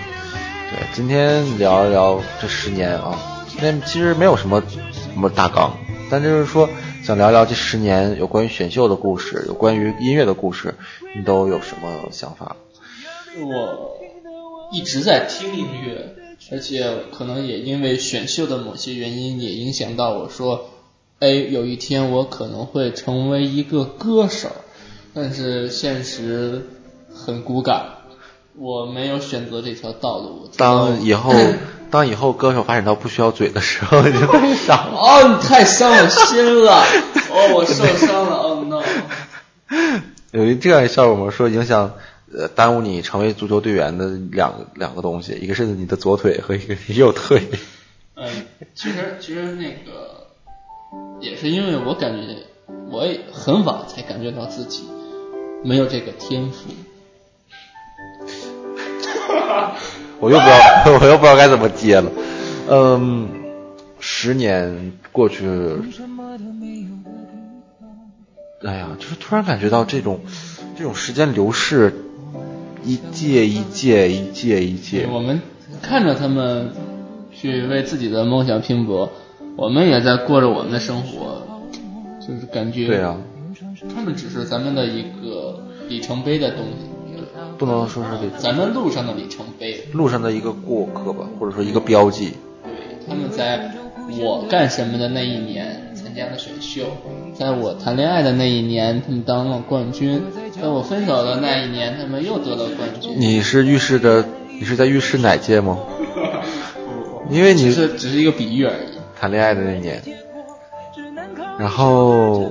[SPEAKER 5] 对，今天聊一聊这十年啊，那其实没有什么什么大纲，但就是说，想聊聊这十年有关于选秀的故事，有关于音乐的故事，你都有什么想法？
[SPEAKER 4] 我一直在听音乐，而且可能也因为选秀的某些原因，也影响到我说，哎，有一天我可能会成为一个歌手，但是现实很骨感，我没有选择这条道路。我知道
[SPEAKER 5] 当以后当以后歌手发展到不需要嘴的时候， 你就悲伤了。
[SPEAKER 4] 哦，你太伤我心了，哦，我受伤了，Oh no！
[SPEAKER 5] 有一这样一效果模式说影响呃耽误你成为足球队员的两两个东西，一个是你的左腿和一个你右腿。
[SPEAKER 4] 嗯，其实其实那个也是因为我感觉我也很晚才感觉到自己没有这个天赋。
[SPEAKER 5] 我又不知道，我又不知道该怎 么接了。嗯，十年过去，哎呀，就是突然感觉到这种这种时间流逝，一届一届一届一届。
[SPEAKER 4] 我们看着他们去为自己的梦想拼搏，我们也在过着我们的生活，就是感觉
[SPEAKER 5] 对啊，
[SPEAKER 4] 他们只是咱们的一个里程碑的东西，
[SPEAKER 5] 不能说是给
[SPEAKER 4] 咱们路上的里程碑。
[SPEAKER 5] 路上的一个过客吧，或者说一个标记。
[SPEAKER 4] 对，他们在我干什么的那一年参加了选秀，在我谈恋爱的那一年，他们当了冠军；在我分手的那一年，他们又得了冠军。
[SPEAKER 5] 你是预示着你是在预示哪 届吗？因为你
[SPEAKER 4] 只是只是一个比喻而已。
[SPEAKER 5] 谈恋爱的那年，然后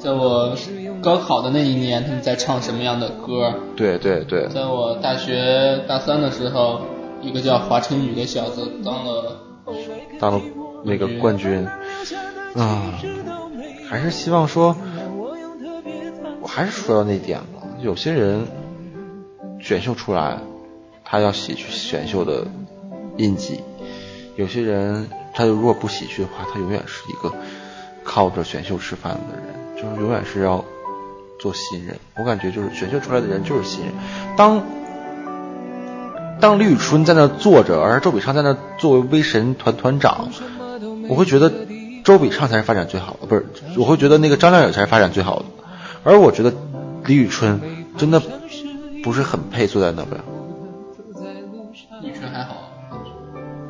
[SPEAKER 4] 在我高考的那一年，他们在唱什么样的歌？
[SPEAKER 5] 对对对，
[SPEAKER 4] 在我大学大三的时候，一个叫华晨宇的小子当了，
[SPEAKER 5] 当了那个冠军啊，还是希望说，我还是说到那点了，有些人选秀出来，他要洗去选秀的印记；有些人他如果不洗去的话，他永远是一个靠着选秀吃饭的人，就是永远是要做新人。我感觉就是选秀出来的人就是新人，当当李宇春在那儿坐着，而周笔畅在那儿作为威神团团长，我会觉得周笔畅才是发展最好的，不是？我会觉得那个张靓颖才是发展最好的，而我觉得李宇春真的不是很配坐在那边。
[SPEAKER 4] 女生还好。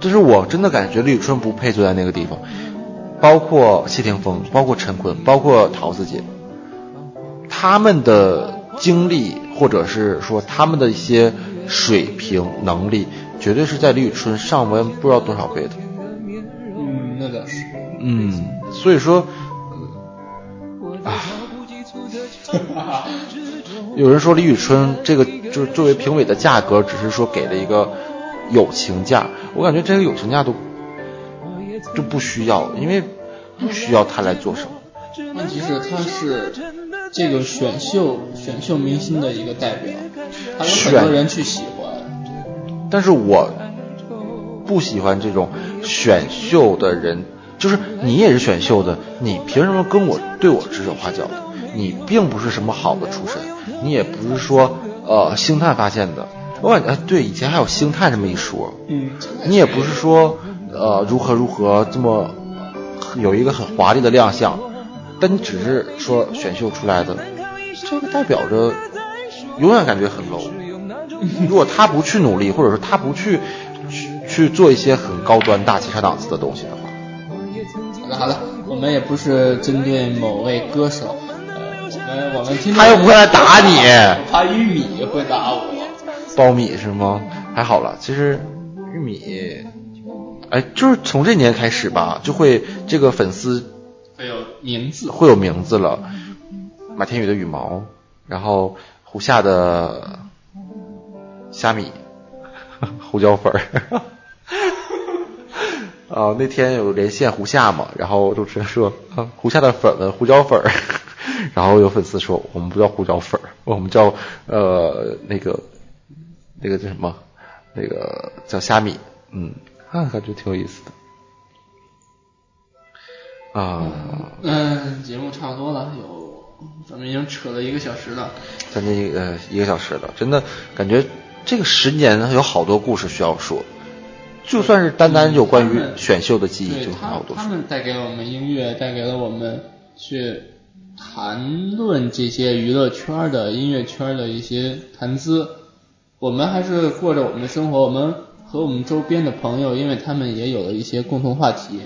[SPEAKER 5] 就是我真的感觉李宇春不配坐在那个地方，包括谢霆锋，包括陈坤，包括桃子姐，他们的经历或者是说他们的一些水平能力，绝对是在李宇春上完不知道多少倍的。
[SPEAKER 4] 嗯，那倒是。
[SPEAKER 5] 嗯，所以说 有人说李宇春这个就是作为评委的价格，只是说给了一个友情价，我感觉这个友情价都就不需要，因为
[SPEAKER 2] 嗯
[SPEAKER 5] 不需要他来做什么。
[SPEAKER 4] 问题是他是这个选秀选秀明星的一个代表，他有很多
[SPEAKER 5] 选
[SPEAKER 4] 人去喜欢，
[SPEAKER 5] 但是我不喜欢这种选秀的人，就是你也是选秀的，你凭什么跟我对我指手画脚的？你并不是什么好的出身，你也不是说呃星探发现的。我感觉哎，对，以前还有星探这么一说，
[SPEAKER 4] 嗯，
[SPEAKER 5] 你也不是说呃如何如何这么有一个很华丽的亮相，但你只是说选秀出来的，这个代表着永远感觉很 low。如果他不去努力，或者说他不去去去做一些很高端、大气、上档次的东西的话，嗯
[SPEAKER 4] 好了好了，我们也不是针对某位歌手，呃，我们我们听
[SPEAKER 5] 他又不会来打你。
[SPEAKER 4] 我怕玉米会打我。
[SPEAKER 5] 苞米是吗？还好了，其实玉米，哎，就是从这年开始吧，就会这个粉丝
[SPEAKER 4] 会有名字，
[SPEAKER 5] 会有名字了。马天宇的羽毛，然后胡夏的虾米， 胡椒粉儿。 啊，那天有连线胡夏嘛，然后主持人说、啊、胡夏的粉们胡椒粉儿， 然后有粉丝说我们不叫胡椒粉儿，我们叫呃那个那个叫什么，那个叫虾米，嗯，啊，感觉挺有意思的。啊，
[SPEAKER 4] 嗯，节目差不多了，有咱们已经扯了一个小时了。
[SPEAKER 5] 将近一个呃一个小时了，真的感觉这个十年有好多故事需要说，就算是单单有关于
[SPEAKER 4] 嗯
[SPEAKER 5] 选秀的记忆，
[SPEAKER 4] 对
[SPEAKER 5] 就很
[SPEAKER 4] 他
[SPEAKER 5] 好多
[SPEAKER 4] 他
[SPEAKER 5] 说。
[SPEAKER 4] 们带给我们音乐，带给了我们去谈论这些娱乐圈儿的音乐圈儿的一些谈资。我们还是过着我们的生活，我们和我们周边的朋友，因为他们也有了一些共同话题，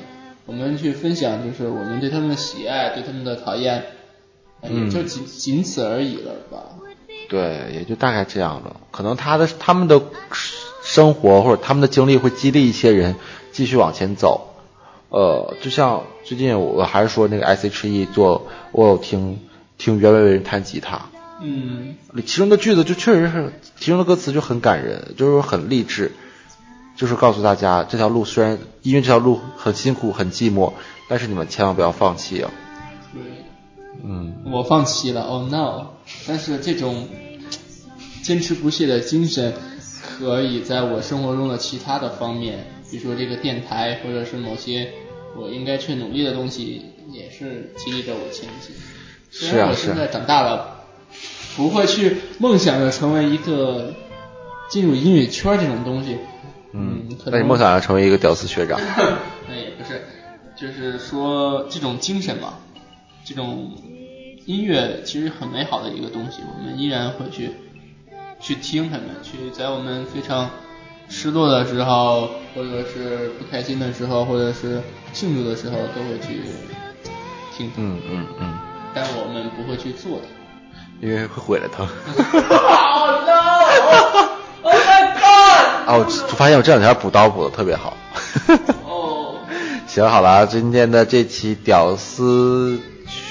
[SPEAKER 4] 我们去分享，就是我们对他们的喜爱，对他们的讨厌，哎
[SPEAKER 5] 嗯
[SPEAKER 4] 也就仅仅此而已了吧。
[SPEAKER 5] 对，也就大概这样了。可能他的他们的生活或者他们的经历会激励一些人继续往前走。呃，就像最近我还是说那个 S.H.E 做，我有听听袁惟仁弹吉他，
[SPEAKER 4] 嗯，
[SPEAKER 5] 其中的句子就确实是，其中的歌词就很感人，就是说很励志，就是告诉大家这条路虽然因为这条路很辛苦很寂寞，但是你们千万不要放弃啊！
[SPEAKER 4] 对。
[SPEAKER 5] 嗯，
[SPEAKER 4] 我放弃了，Oh no！但是这种坚持不懈的精神，可以在我生活中的其他的方面，比如说这个电台，或者是某些我应该去努力的东西，也是激励着我前进。虽
[SPEAKER 5] 是
[SPEAKER 4] 然
[SPEAKER 5] 啊
[SPEAKER 4] 我
[SPEAKER 5] 是啊
[SPEAKER 4] 现在长大了，不会去梦想着成为一个进入音乐圈这种东西。嗯，可
[SPEAKER 5] 那
[SPEAKER 4] 能
[SPEAKER 5] 你梦想要成为一个屌丝学长，
[SPEAKER 4] 那也不是，就是说这种精神嘛，这种音乐其实很美好的一个东西，我们依然会去去听他们，去在我们非常失落的时候，或者是不开心的时候，或者是庆祝的时候，都会去听它们，
[SPEAKER 5] 嗯嗯嗯，
[SPEAKER 4] 但我们不会去做它。
[SPEAKER 5] 因为会毁了他。
[SPEAKER 4] Oh no! Oh my
[SPEAKER 5] 啊，我就发现我这两天补刀补的特别好。
[SPEAKER 4] 哦，
[SPEAKER 5] 行，好了，今天的这期屌丝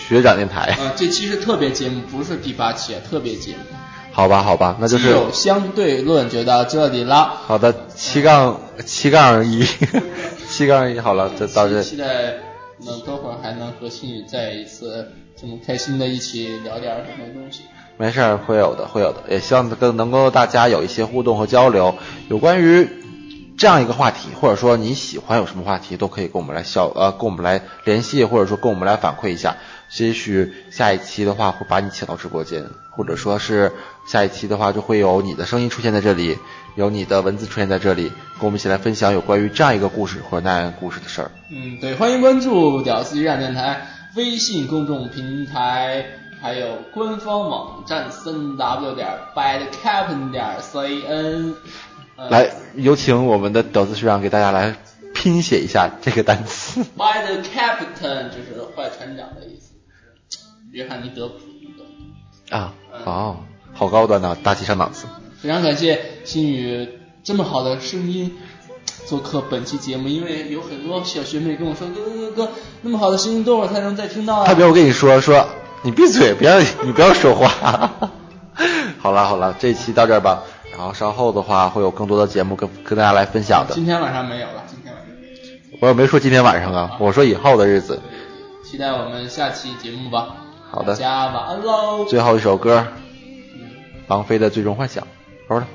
[SPEAKER 5] 学长电台，
[SPEAKER 4] 啊，这期是特别节目，不是第八期啊，特别节目。
[SPEAKER 5] 好吧，好吧，那就是
[SPEAKER 4] 有相对论就到这里了。
[SPEAKER 5] 好的，七杠七杠一， 七杠一，好了，就到这。
[SPEAKER 4] 期待能等会儿还能和新宇再一次这么开心的一起聊点儿什么东西。
[SPEAKER 5] 没事儿，会有的，会有的。也希望跟能够大家有一些互动和交流，有关于这样一个话题，或者说你喜欢有什么话题，都可以跟我们来消呃，跟我们来联系，或者说跟我们来反馈一下。也许下一期的话会把你请到直播间，或者说是下一期的话就会有你的声音出现在这里，有你的文字出现在这里，跟我们一起来分享有关于这样一个故事或者那样一个故事的事儿。
[SPEAKER 4] 嗯，对，欢迎关注“屌丝一站”电台微信公众平台，还有官方网站三 w 点 badcaptain 点 cn。呃
[SPEAKER 5] 来，有请我们的屌丝学长给大家来拼写一下这个 单词。
[SPEAKER 4] ，bad captain 就是坏船长的意思，就是约翰尼德普。
[SPEAKER 5] 啊，哦，好高端呐、大气上档次。
[SPEAKER 4] 非常感谢新宇这么好的声音做客本期节目，因为有很多小学妹跟我说：“哥哥哥哥，那么好的声音多会儿才能再听到啊
[SPEAKER 5] 特别我跟你说说，你闭嘴，不要你不要说话。 好了好了，这期到这儿吧。然后稍后的话会有更多的节目跟跟大家来分享的
[SPEAKER 4] 今。天晚上没有了，今天晚上没有
[SPEAKER 5] 我也没说今天晚上啊，我说以后的日子。
[SPEAKER 4] 期待我们下期节目吧。
[SPEAKER 5] 好的
[SPEAKER 4] 大家晚安喽。
[SPEAKER 5] 最后一首歌，王菲的《最终幻想》。好了。